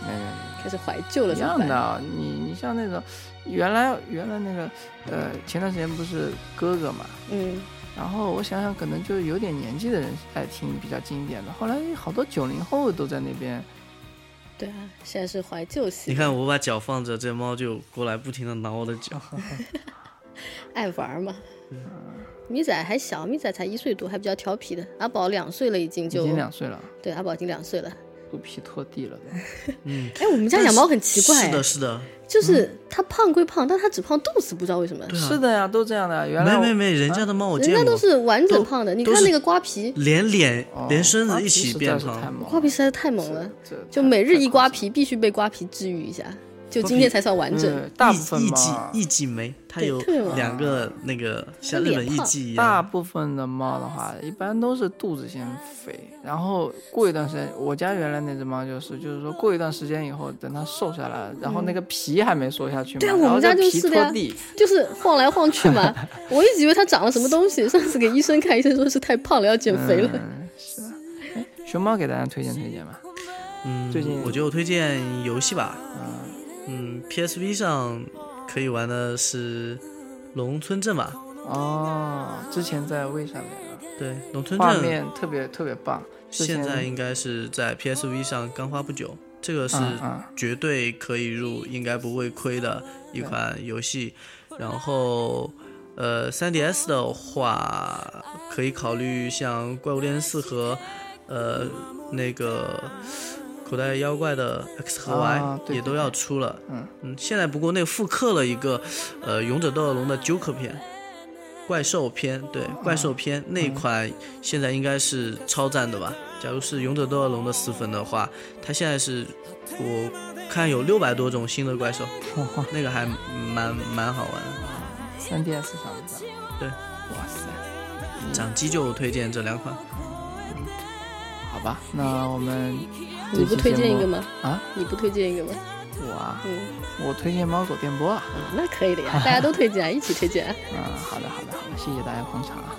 没有没有开始怀旧了，一怎么样办？的啊，你你像那种，原来原来那个，呃，前段时间不是哥哥嘛，嗯，然后我想想，可能就有点年纪的人爱听比较经典的，后来好多九零后都在那边，对啊，现在是怀旧系。你看，我把脚放着，这猫就过来不停的挠我的哦脚。爱玩嘛。嗯米仔还小，米仔才一岁多，还比较调皮的。阿宝两岁了，已经已就经两岁了，对，阿宝已经两岁了。肚皮拖地了都。嗯，哎，我们家养猫很奇怪是哎的，，是的，就是它胖归胖，但它只胖肚子，不知道为什么。对啊是的呀，都这样的。原来没我没没，人家的猫我人见家过，都是完整胖的，你都看是那个瓜皮，连脸哦连身瓜子皮一起实在变是太胖。猛了，瓜皮实在是太猛了，这就每日一瓜太皮，必须被瓜皮治愈一下。就今天才算完整。嗯呃大部分艺伎嘛，啊艺伎梅，它对有特别忙两个那个像日本艺伎一大样，部分的猫的啊话，一般都是肚子先肥，然后过一段时间，我家原来那只猫就是，就是说过一段时间以后，等它瘦下来，然后那个皮还没缩下去嘛，嗯对啊然我后们家再就皮是的拖呀地，就是晃来晃去嘛。我一直以为它长了什么东西，上次给医生看，医生说是太胖了，要减肥了。嗯，是啊。哎熊猫给大家推荐推荐吧，嗯，最近我觉得我推荐游戏吧，嗯，嗯，PSV 上可以玩的是《龙村镇》吧？哦，之前在微上面对，《龙村啊，画镇》面特别特别棒，之前现在应该是在 PSV 上刚发不久，这个是嗯嗯绝对可以入，应该不会亏的一款游戏。然后，呃，3DS 的话，可以考虑像《怪物猎人四》和呃那个口袋妖怪的 X 和 Y、啊对也都要出了。嗯现在不过那个复刻了一个呃《勇者斗恶龙》的 Joker 片。怪兽片，对，怪兽片、那款现在应该是超赞的吧？假如是《勇者斗恶龙》的死粉的话，它现在是我看有六百多种新的怪兽，那个还蛮蛮好玩的。三 DS 上面的，对哇塞，掌机就推荐这两款，好吧，那我们你不推荐一个吗？吗？啊，你不推荐一个吗？我啊，嗯，我推荐猫狗电波啊。那可以的呀，大家都推荐啊，一起推荐啊。嗯嗯，好的，好的，好的，谢谢大家捧场啊。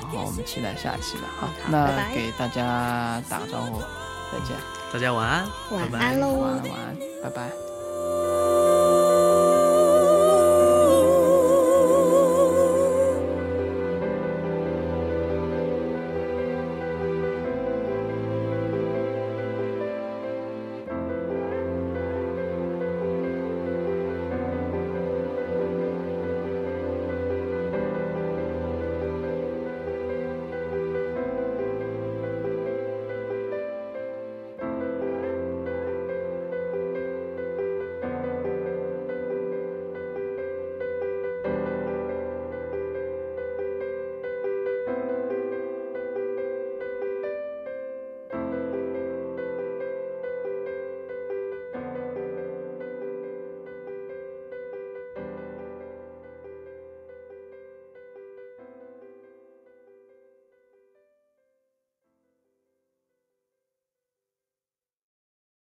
然后我们期待下期吧。好，好拜那拜给大家打个招呼，再见，大家晚安，晚拜拜安喽。晚安，晚安，拜拜。